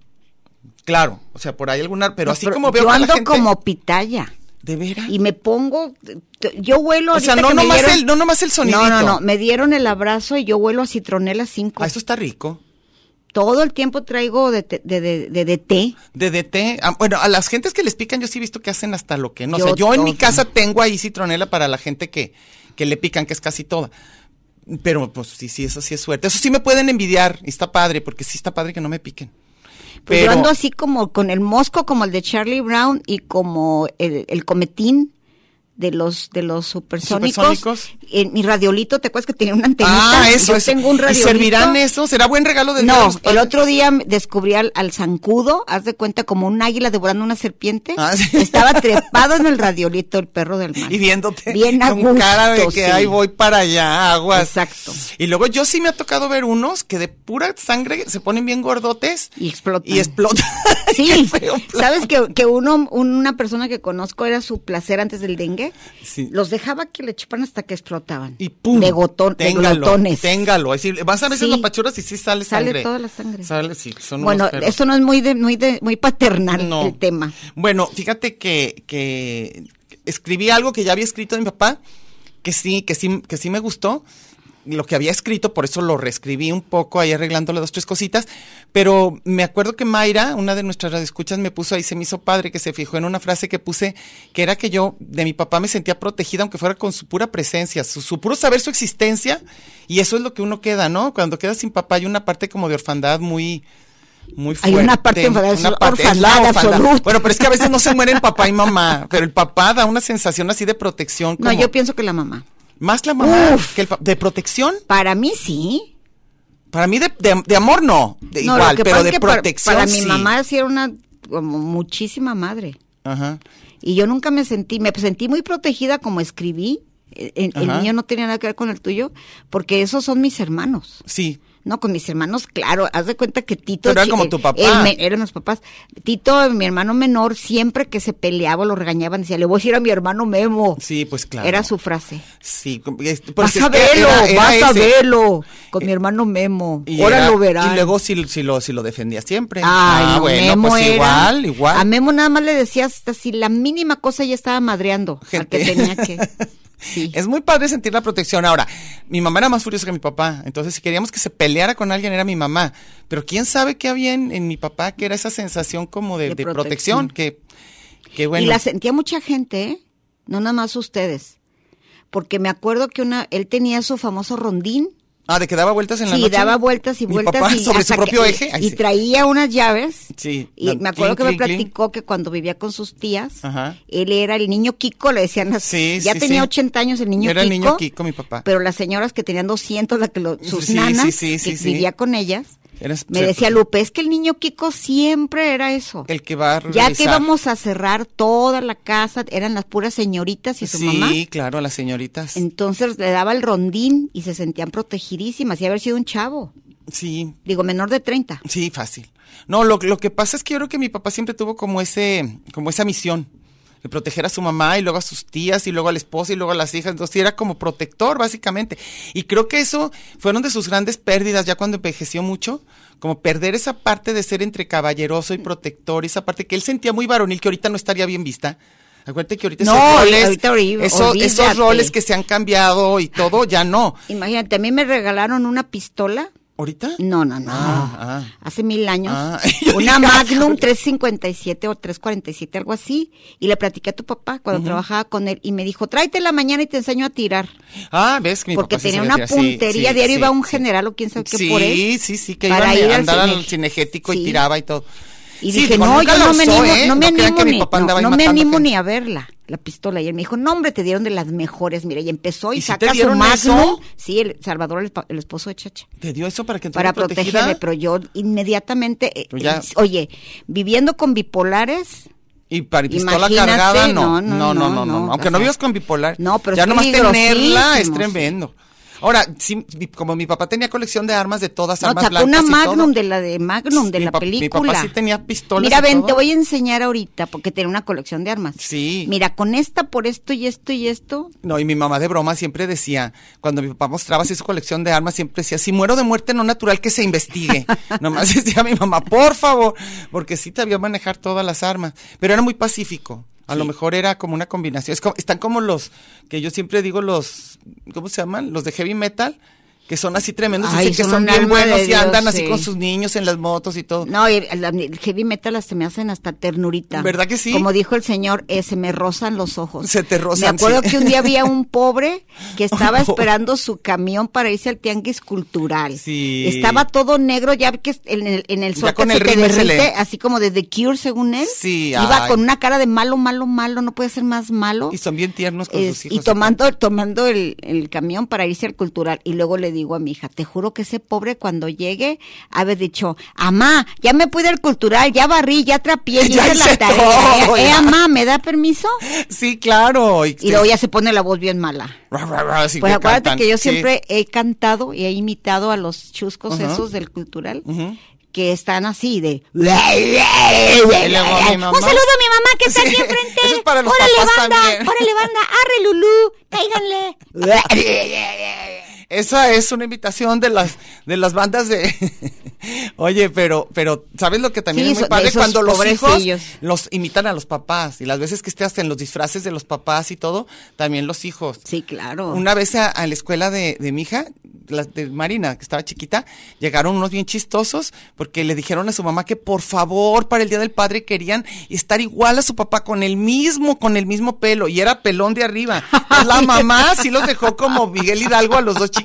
[SPEAKER 3] Claro, o sea, por ahí alguna, pero
[SPEAKER 6] No,
[SPEAKER 3] así
[SPEAKER 6] pero
[SPEAKER 3] como veo
[SPEAKER 6] yo
[SPEAKER 3] que
[SPEAKER 6] ando
[SPEAKER 3] la gente,
[SPEAKER 6] como pitaya
[SPEAKER 3] de veras.
[SPEAKER 6] y me pongo t- yo huelo
[SPEAKER 3] O sea,
[SPEAKER 6] ahorita
[SPEAKER 3] no
[SPEAKER 6] que me
[SPEAKER 3] nomás
[SPEAKER 6] dieron-
[SPEAKER 3] el- no nomás el sonidito.
[SPEAKER 6] No, no, no, me dieron el abrazo y yo huelo a citronela 5.
[SPEAKER 3] Ah, eso está rico.
[SPEAKER 6] Todo el tiempo traigo de té- de, de, de- de té.
[SPEAKER 3] DDT, ah, bueno, a las gentes que les pican yo sí he visto que hacen hasta lo que no. o sea,
[SPEAKER 6] Yo
[SPEAKER 3] yo en mi
[SPEAKER 6] todo.
[SPEAKER 3] casa tengo ahí citronela para la gente que, que le pican, que es casi toda. Pero pues sí, sí, eso sí es suerte. Eso sí me pueden envidiar, y está padre, porque sí está padre que no me piquen.
[SPEAKER 6] Pues
[SPEAKER 3] Pero
[SPEAKER 6] yo ando así como con el mosco como el de Charlie Brown y como el, el cometín de los de los supersónicos.
[SPEAKER 3] Supersónicos.
[SPEAKER 6] Eh, mi radiolito, ¿te acuerdas que tenía una antenita?
[SPEAKER 3] ah, eso
[SPEAKER 6] Yo
[SPEAKER 3] es.
[SPEAKER 6] tengo un
[SPEAKER 3] ¿Y
[SPEAKER 6] radiolito.
[SPEAKER 3] servirán eso? ¿Será buen regalo del Día de
[SPEAKER 6] No,
[SPEAKER 3] los
[SPEAKER 6] el
[SPEAKER 3] Padres?
[SPEAKER 6] otro día me descubrí al, al zancudo, haz de cuenta como un águila devorando una serpiente.
[SPEAKER 3] Ah, sí.
[SPEAKER 6] Estaba trepado en el radiolito el perro del mar.
[SPEAKER 3] Y viéndote
[SPEAKER 6] Bien a
[SPEAKER 3] con
[SPEAKER 6] gusto,
[SPEAKER 3] cara de que
[SPEAKER 6] sí.
[SPEAKER 3] ahí voy para allá, aguas.
[SPEAKER 6] Exacto.
[SPEAKER 3] Y luego yo sí me ha tocado ver unos que de pura sangre se ponen bien gordotes
[SPEAKER 6] Y explotan.
[SPEAKER 3] y explotan.
[SPEAKER 6] Sí,
[SPEAKER 3] Qué feo plan.
[SPEAKER 6] ¿sabes que, que uno, una persona que conozco era su placer antes del dengue?
[SPEAKER 3] Sí.
[SPEAKER 6] Los dejaba que le chupan hasta que explotaban.
[SPEAKER 3] y pum.
[SPEAKER 6] De, gotón, de
[SPEAKER 3] téngalo,
[SPEAKER 6] glotones.
[SPEAKER 3] Téngalo. Es decir, vas a veces
[SPEAKER 6] Sí.
[SPEAKER 3] lo pachuras y sí sale
[SPEAKER 6] Sale
[SPEAKER 3] sangre.
[SPEAKER 6] toda la sangre.
[SPEAKER 3] Sale, sí. Son
[SPEAKER 6] Bueno,
[SPEAKER 3] unos perros.
[SPEAKER 6] esto no es muy de, muy de, muy paternal
[SPEAKER 3] No.
[SPEAKER 6] el tema.
[SPEAKER 3] Bueno, fíjate que, que escribí algo que ya había escrito de mi papá, que sí, que sí, que sí me gustó. Lo que había escrito, por eso lo reescribí un poco ahí arreglándole dos, tres cositas. Pero me acuerdo que Mayra, una de nuestras radioescuchas, me puso ahí, se me hizo padre, que se fijó en una frase que puse, que era que yo de mi papá me sentía protegida, aunque fuera con su pura presencia, su, su puro saber su existencia. Y eso es lo que uno queda, ¿no? Cuando queda sin papá hay una parte como de orfandad muy, muy
[SPEAKER 6] Hay
[SPEAKER 3] fuerte.
[SPEAKER 6] una parte enfadada, es orfandad absoluta.
[SPEAKER 3] Bueno, pero es que a veces no se mueren papá y mamá, pero el papá da una sensación así de protección.
[SPEAKER 6] No,
[SPEAKER 3] como-
[SPEAKER 6] yo pienso que la mamá.
[SPEAKER 3] Más la mamá
[SPEAKER 6] Uf.
[SPEAKER 3] que el pa- ¿De protección?
[SPEAKER 6] Para mí sí.
[SPEAKER 3] Para mí de, de- de amor no, de
[SPEAKER 6] No, lo
[SPEAKER 3] igual,
[SPEAKER 6] que
[SPEAKER 3] pero
[SPEAKER 6] pasa
[SPEAKER 3] de
[SPEAKER 6] es que para-
[SPEAKER 3] protección
[SPEAKER 6] Para,
[SPEAKER 3] sí.
[SPEAKER 6] mi mamá sí era una como muchísima madre.
[SPEAKER 3] Ajá.
[SPEAKER 6] Y yo nunca me sentí, me sentí muy protegida como escribí. El, el
[SPEAKER 3] Ajá.
[SPEAKER 6] mío no tenía nada que ver con el tuyo, porque esos son mis hermanos.
[SPEAKER 3] Sí,
[SPEAKER 6] No, con mis hermanos, claro. Haz de cuenta que Tito.
[SPEAKER 3] Pero era
[SPEAKER 6] chi-
[SPEAKER 3] como
[SPEAKER 6] eh,
[SPEAKER 3] tu papá.
[SPEAKER 6] él me- eran mis papás. Tito, mi hermano menor, siempre que se peleaba, lo regañaban. Decía, le voy a decir a mi hermano Memo.
[SPEAKER 3] sí, pues claro.
[SPEAKER 6] Era su frase.
[SPEAKER 3] Sí, com- es-
[SPEAKER 6] Vas
[SPEAKER 3] porque es
[SPEAKER 6] a
[SPEAKER 3] que
[SPEAKER 6] verlo,
[SPEAKER 3] era- era
[SPEAKER 6] vas a
[SPEAKER 3] ese. Eh,
[SPEAKER 6] verlo. Con mi hermano Memo.
[SPEAKER 3] Y
[SPEAKER 6] Ahora
[SPEAKER 3] era-
[SPEAKER 6] lo verán.
[SPEAKER 3] Y luego si, si lo, si lo defendía siempre.
[SPEAKER 6] Ay,
[SPEAKER 3] ah,
[SPEAKER 6] no,
[SPEAKER 3] bueno,
[SPEAKER 6] Memo
[SPEAKER 3] pues
[SPEAKER 6] era-
[SPEAKER 3] igual, igual.
[SPEAKER 6] A Memo nada más le decías, hasta si la mínima cosa ya estaba madreando. al que
[SPEAKER 3] Gente.
[SPEAKER 6] tenía que. Sí.
[SPEAKER 3] Es muy padre sentir la protección. Ahora, mi mamá era más furiosa que mi papá. Entonces, si queríamos que se peleara con alguien, era mi mamá. Pero quién sabe qué había en, en mi papá, que era esa sensación como de,
[SPEAKER 6] De
[SPEAKER 3] de protección.
[SPEAKER 6] protección.
[SPEAKER 3] Que, que bueno.
[SPEAKER 6] Y la sentía mucha gente, ¿eh? no nada más ustedes. Porque me acuerdo que una él tenía su famoso rondín.
[SPEAKER 3] Ah, de que daba vueltas en la
[SPEAKER 6] Sí,
[SPEAKER 3] noche.
[SPEAKER 6] daba vueltas y
[SPEAKER 3] Mi
[SPEAKER 6] vueltas
[SPEAKER 3] papá,
[SPEAKER 6] y
[SPEAKER 3] sobre su
[SPEAKER 6] hasta
[SPEAKER 3] propio
[SPEAKER 6] que-
[SPEAKER 3] eje. Ay,
[SPEAKER 6] y
[SPEAKER 3] sí.
[SPEAKER 6] traía unas llaves.
[SPEAKER 3] Sí,
[SPEAKER 6] Y
[SPEAKER 3] dan-
[SPEAKER 6] me acuerdo que
[SPEAKER 3] clink,
[SPEAKER 6] me
[SPEAKER 3] clink, clink.
[SPEAKER 6] platicó que cuando vivía con sus tías,
[SPEAKER 3] Ajá.
[SPEAKER 6] él era el niño Kiko, le decían así.
[SPEAKER 3] Sí,
[SPEAKER 6] ya
[SPEAKER 3] sí,
[SPEAKER 6] tenía
[SPEAKER 3] sí.
[SPEAKER 6] 80 años el niño
[SPEAKER 3] Era el
[SPEAKER 6] Kiko.
[SPEAKER 3] niño Kiko, mi papá.
[SPEAKER 6] Pero las señoras que tenían 200, la que lo- sus
[SPEAKER 3] Sí, sí,
[SPEAKER 6] nanas,
[SPEAKER 3] sí, sí,
[SPEAKER 6] que
[SPEAKER 3] sí.
[SPEAKER 6] vivía con ellas,
[SPEAKER 3] Era-
[SPEAKER 6] me
[SPEAKER 3] se-
[SPEAKER 6] decía Lupe, es que el niño Kiko siempre era eso.
[SPEAKER 3] El que va a
[SPEAKER 6] Ya que
[SPEAKER 3] revisar.
[SPEAKER 6] íbamos a cerrar toda la casa, eran las puras señoritas y su
[SPEAKER 3] Sí,
[SPEAKER 6] mamá.
[SPEAKER 3] claro, las señoritas.
[SPEAKER 6] Entonces le daba el rondín y se sentían protegidísimas y haber sido un chavo,
[SPEAKER 3] Sí,
[SPEAKER 6] digo menor de 30.
[SPEAKER 3] Sí, fácil. No, lo, lo que pasa es que yo creo que mi papá siempre tuvo como ese, como esa misión de proteger a su mamá y luego a sus tías y luego a la esposa y luego a las hijas. Entonces sí, era como protector, básicamente. Y creo que eso fueron de sus grandes pérdidas ya cuando envejeció mucho, como perder esa parte de ser entre caballeroso y protector, esa parte que él sentía muy varonil, que ahorita no estaría bien vista. Acuérdate que ahorita
[SPEAKER 6] No,
[SPEAKER 3] esos roles,
[SPEAKER 6] ahorita ori-
[SPEAKER 3] esos,
[SPEAKER 6] olvídate.
[SPEAKER 3] esos roles que se han cambiado y todo, ya no.
[SPEAKER 6] Imagínate, a mí me regalaron una pistola.
[SPEAKER 3] ¿Ahorita?
[SPEAKER 6] No, no, no.
[SPEAKER 3] Ah, ah.
[SPEAKER 6] Hace mil años.
[SPEAKER 3] Ah, yo
[SPEAKER 6] una
[SPEAKER 3] dije, ah,
[SPEAKER 6] Magnum
[SPEAKER 3] cabrón.
[SPEAKER 6] 357 o 347, algo así. Y le platiqué a tu papá cuando trabajaba con él. Y me dijo, tráete la mañana y te enseño a tirar.
[SPEAKER 3] Ah, ves que mi
[SPEAKER 6] porque
[SPEAKER 3] papá sí
[SPEAKER 6] tenía
[SPEAKER 3] se
[SPEAKER 6] una
[SPEAKER 3] refiere- sí,
[SPEAKER 6] puntería.
[SPEAKER 3] sí,
[SPEAKER 6] diario
[SPEAKER 3] sí,
[SPEAKER 6] iba un
[SPEAKER 3] sí.
[SPEAKER 6] general o quién sabe qué
[SPEAKER 3] Sí,
[SPEAKER 6] por él.
[SPEAKER 3] sí, sí, que
[SPEAKER 6] para ir
[SPEAKER 3] iba a
[SPEAKER 6] al
[SPEAKER 3] andar al
[SPEAKER 6] cine-
[SPEAKER 3] cinegético y
[SPEAKER 6] Sí.
[SPEAKER 3] tiraba y todo.
[SPEAKER 6] Y
[SPEAKER 3] Sí,
[SPEAKER 6] dije,
[SPEAKER 3] digo,
[SPEAKER 6] no,
[SPEAKER 3] nunca
[SPEAKER 6] yo
[SPEAKER 3] la
[SPEAKER 6] no me
[SPEAKER 3] usó,
[SPEAKER 6] animo,
[SPEAKER 3] ¿eh?
[SPEAKER 6] no me
[SPEAKER 3] crean
[SPEAKER 6] animo,
[SPEAKER 3] que mi
[SPEAKER 6] ni,
[SPEAKER 3] papá
[SPEAKER 6] no,
[SPEAKER 3] andaba ahí
[SPEAKER 6] no me
[SPEAKER 3] matando
[SPEAKER 6] animo
[SPEAKER 3] gente.
[SPEAKER 6] ni a verla, la pistola. Y él me dijo, no, hombre, te dieron de las mejores, mira, y empezó y,
[SPEAKER 3] ¿Y si te
[SPEAKER 6] saca su
[SPEAKER 3] dieron
[SPEAKER 6] Magnum.
[SPEAKER 3] eso?
[SPEAKER 6] Sí, el Salvador, el, pa- el esposo de Chacha.
[SPEAKER 3] ¿Te dio eso para que
[SPEAKER 6] para
[SPEAKER 3] entrara
[SPEAKER 6] protegerme,
[SPEAKER 3] protegida?
[SPEAKER 6] pero yo inmediatamente, eh,
[SPEAKER 3] Pues ya.
[SPEAKER 6] eh, oye, viviendo con bipolares,
[SPEAKER 3] Y para y pistola
[SPEAKER 6] Imagínate,
[SPEAKER 3] cargada,
[SPEAKER 6] no,
[SPEAKER 3] no. No, no, no, no.
[SPEAKER 6] no,
[SPEAKER 3] Aunque
[SPEAKER 6] o
[SPEAKER 3] no
[SPEAKER 6] sea,
[SPEAKER 3] vivas con bipolar.
[SPEAKER 6] no, pero
[SPEAKER 3] Ya
[SPEAKER 6] es
[SPEAKER 3] nomás tenerla es
[SPEAKER 6] peligrosísimo,
[SPEAKER 3] tremendo. Ahora, sí, mi- como mi papá tenía colección de armas de todas,
[SPEAKER 6] no,
[SPEAKER 3] armas
[SPEAKER 6] sacó
[SPEAKER 3] blancas
[SPEAKER 6] una
[SPEAKER 3] y
[SPEAKER 6] Magnum
[SPEAKER 3] todo.
[SPEAKER 6] de la de Magnum, de
[SPEAKER 3] Mi
[SPEAKER 6] la
[SPEAKER 3] pap- mi
[SPEAKER 6] película.
[SPEAKER 3] papá sí tenía pistolas
[SPEAKER 6] Mira,
[SPEAKER 3] y
[SPEAKER 6] ven,
[SPEAKER 3] todo.
[SPEAKER 6] te voy a enseñar ahorita, porque tenía una colección de armas.
[SPEAKER 3] Sí.
[SPEAKER 6] Mira, con esta, por esto y esto y esto,
[SPEAKER 3] No, y mi mamá de broma siempre decía, cuando mi papá mostraba así su colección de armas, siempre decía, si muero de muerte no natural, que se investigue. Nomás decía mi mamá, por favor, porque sí te había manejar todas las armas. Pero era muy pacífico. A lo mejor era como una combinación. Es co- están como los, que yo siempre digo los, ¿cómo se llaman? Los de heavy metal, que son así tremendos,
[SPEAKER 6] Ay,
[SPEAKER 3] dicen que
[SPEAKER 6] son
[SPEAKER 3] son
[SPEAKER 6] un
[SPEAKER 3] bien
[SPEAKER 6] alma de
[SPEAKER 3] buenos y
[SPEAKER 6] Dios,
[SPEAKER 3] andan así
[SPEAKER 6] sí.
[SPEAKER 3] con sus niños en las motos y todo.
[SPEAKER 6] No, el, la- el heavy metal se me hacen hasta ternurita.
[SPEAKER 3] ¿Verdad que sí?
[SPEAKER 6] Como dijo el señor, eh, se me rozan los ojos.
[SPEAKER 3] Se te rozan,
[SPEAKER 6] Me acuerdo
[SPEAKER 3] sí.
[SPEAKER 6] que un día había un pobre que estaba
[SPEAKER 3] Oh, no.
[SPEAKER 6] esperando su camión para irse al tianguis cultural.
[SPEAKER 3] Sí.
[SPEAKER 6] Estaba todo negro, ya que en el, en el
[SPEAKER 3] Ya
[SPEAKER 6] sol
[SPEAKER 3] con
[SPEAKER 6] casi
[SPEAKER 3] el
[SPEAKER 6] te
[SPEAKER 3] rímel se
[SPEAKER 6] derrite,
[SPEAKER 3] le-
[SPEAKER 6] así como de The Cure, según él.
[SPEAKER 3] Sí,
[SPEAKER 6] Iba
[SPEAKER 3] ay.
[SPEAKER 6] con una cara de malo, malo, malo, no puede ser más malo.
[SPEAKER 3] Y son bien tiernos con
[SPEAKER 6] Es-
[SPEAKER 3] sus hijos.
[SPEAKER 6] y tomando, tomando el, el camión para irse al cultural. Y luego le digo a mi hija, te juro que ese pobre cuando llegue, haber dicho, amá, ya me pude al cultural, ya barrí, ya trapié, ya
[SPEAKER 3] Ya
[SPEAKER 6] hice la
[SPEAKER 3] hice
[SPEAKER 6] tarea.
[SPEAKER 3] todo,
[SPEAKER 6] eh,
[SPEAKER 3] ya".
[SPEAKER 6] amá, ¿me da permiso?
[SPEAKER 3] Sí, claro.
[SPEAKER 6] Y luego ya se pone la voz bien mala.
[SPEAKER 3] Ra, ra, ra, así
[SPEAKER 6] Pues
[SPEAKER 3] que
[SPEAKER 6] acuérdate
[SPEAKER 3] cantan,
[SPEAKER 6] que yo
[SPEAKER 3] sí.
[SPEAKER 6] siempre he cantado y he imitado a los chuscos
[SPEAKER 3] Ujú.
[SPEAKER 6] esos del cultural.
[SPEAKER 3] Ujú.
[SPEAKER 6] Que están así de. Un
[SPEAKER 3] Y luego a mi
[SPEAKER 6] saludo a mi
[SPEAKER 3] mamá.
[SPEAKER 6] mamá que está
[SPEAKER 3] Sí,
[SPEAKER 6] aquí enfrente.
[SPEAKER 3] eso es para los
[SPEAKER 6] órale,
[SPEAKER 3] papás
[SPEAKER 6] banda,
[SPEAKER 3] también.
[SPEAKER 6] órale, banda, arre, Lulú, cáiganle.
[SPEAKER 3] Esa es una invitación de las de las bandas de Oye, pero pero ¿sabes lo que también
[SPEAKER 6] Sí,
[SPEAKER 3] es muy
[SPEAKER 6] so- de
[SPEAKER 3] padre
[SPEAKER 6] esos
[SPEAKER 3] cuando los hijos
[SPEAKER 6] pobrecillos.
[SPEAKER 3] los imitan a los papás y las veces que esté hasta en los disfraces de los papás y todo, también los hijos.
[SPEAKER 6] Sí, claro.
[SPEAKER 3] Una vez a, a la escuela de, de mi hija, la, de Marina, que estaba chiquita, llegaron unos bien chistosos porque le dijeron a su mamá que por favor para el Día del Padre querían estar igual a su papá con el mismo, con el mismo pelo y era pelón de arriba. Pues la mamá sí los dejó como Miguel Hidalgo a los dos chiquillos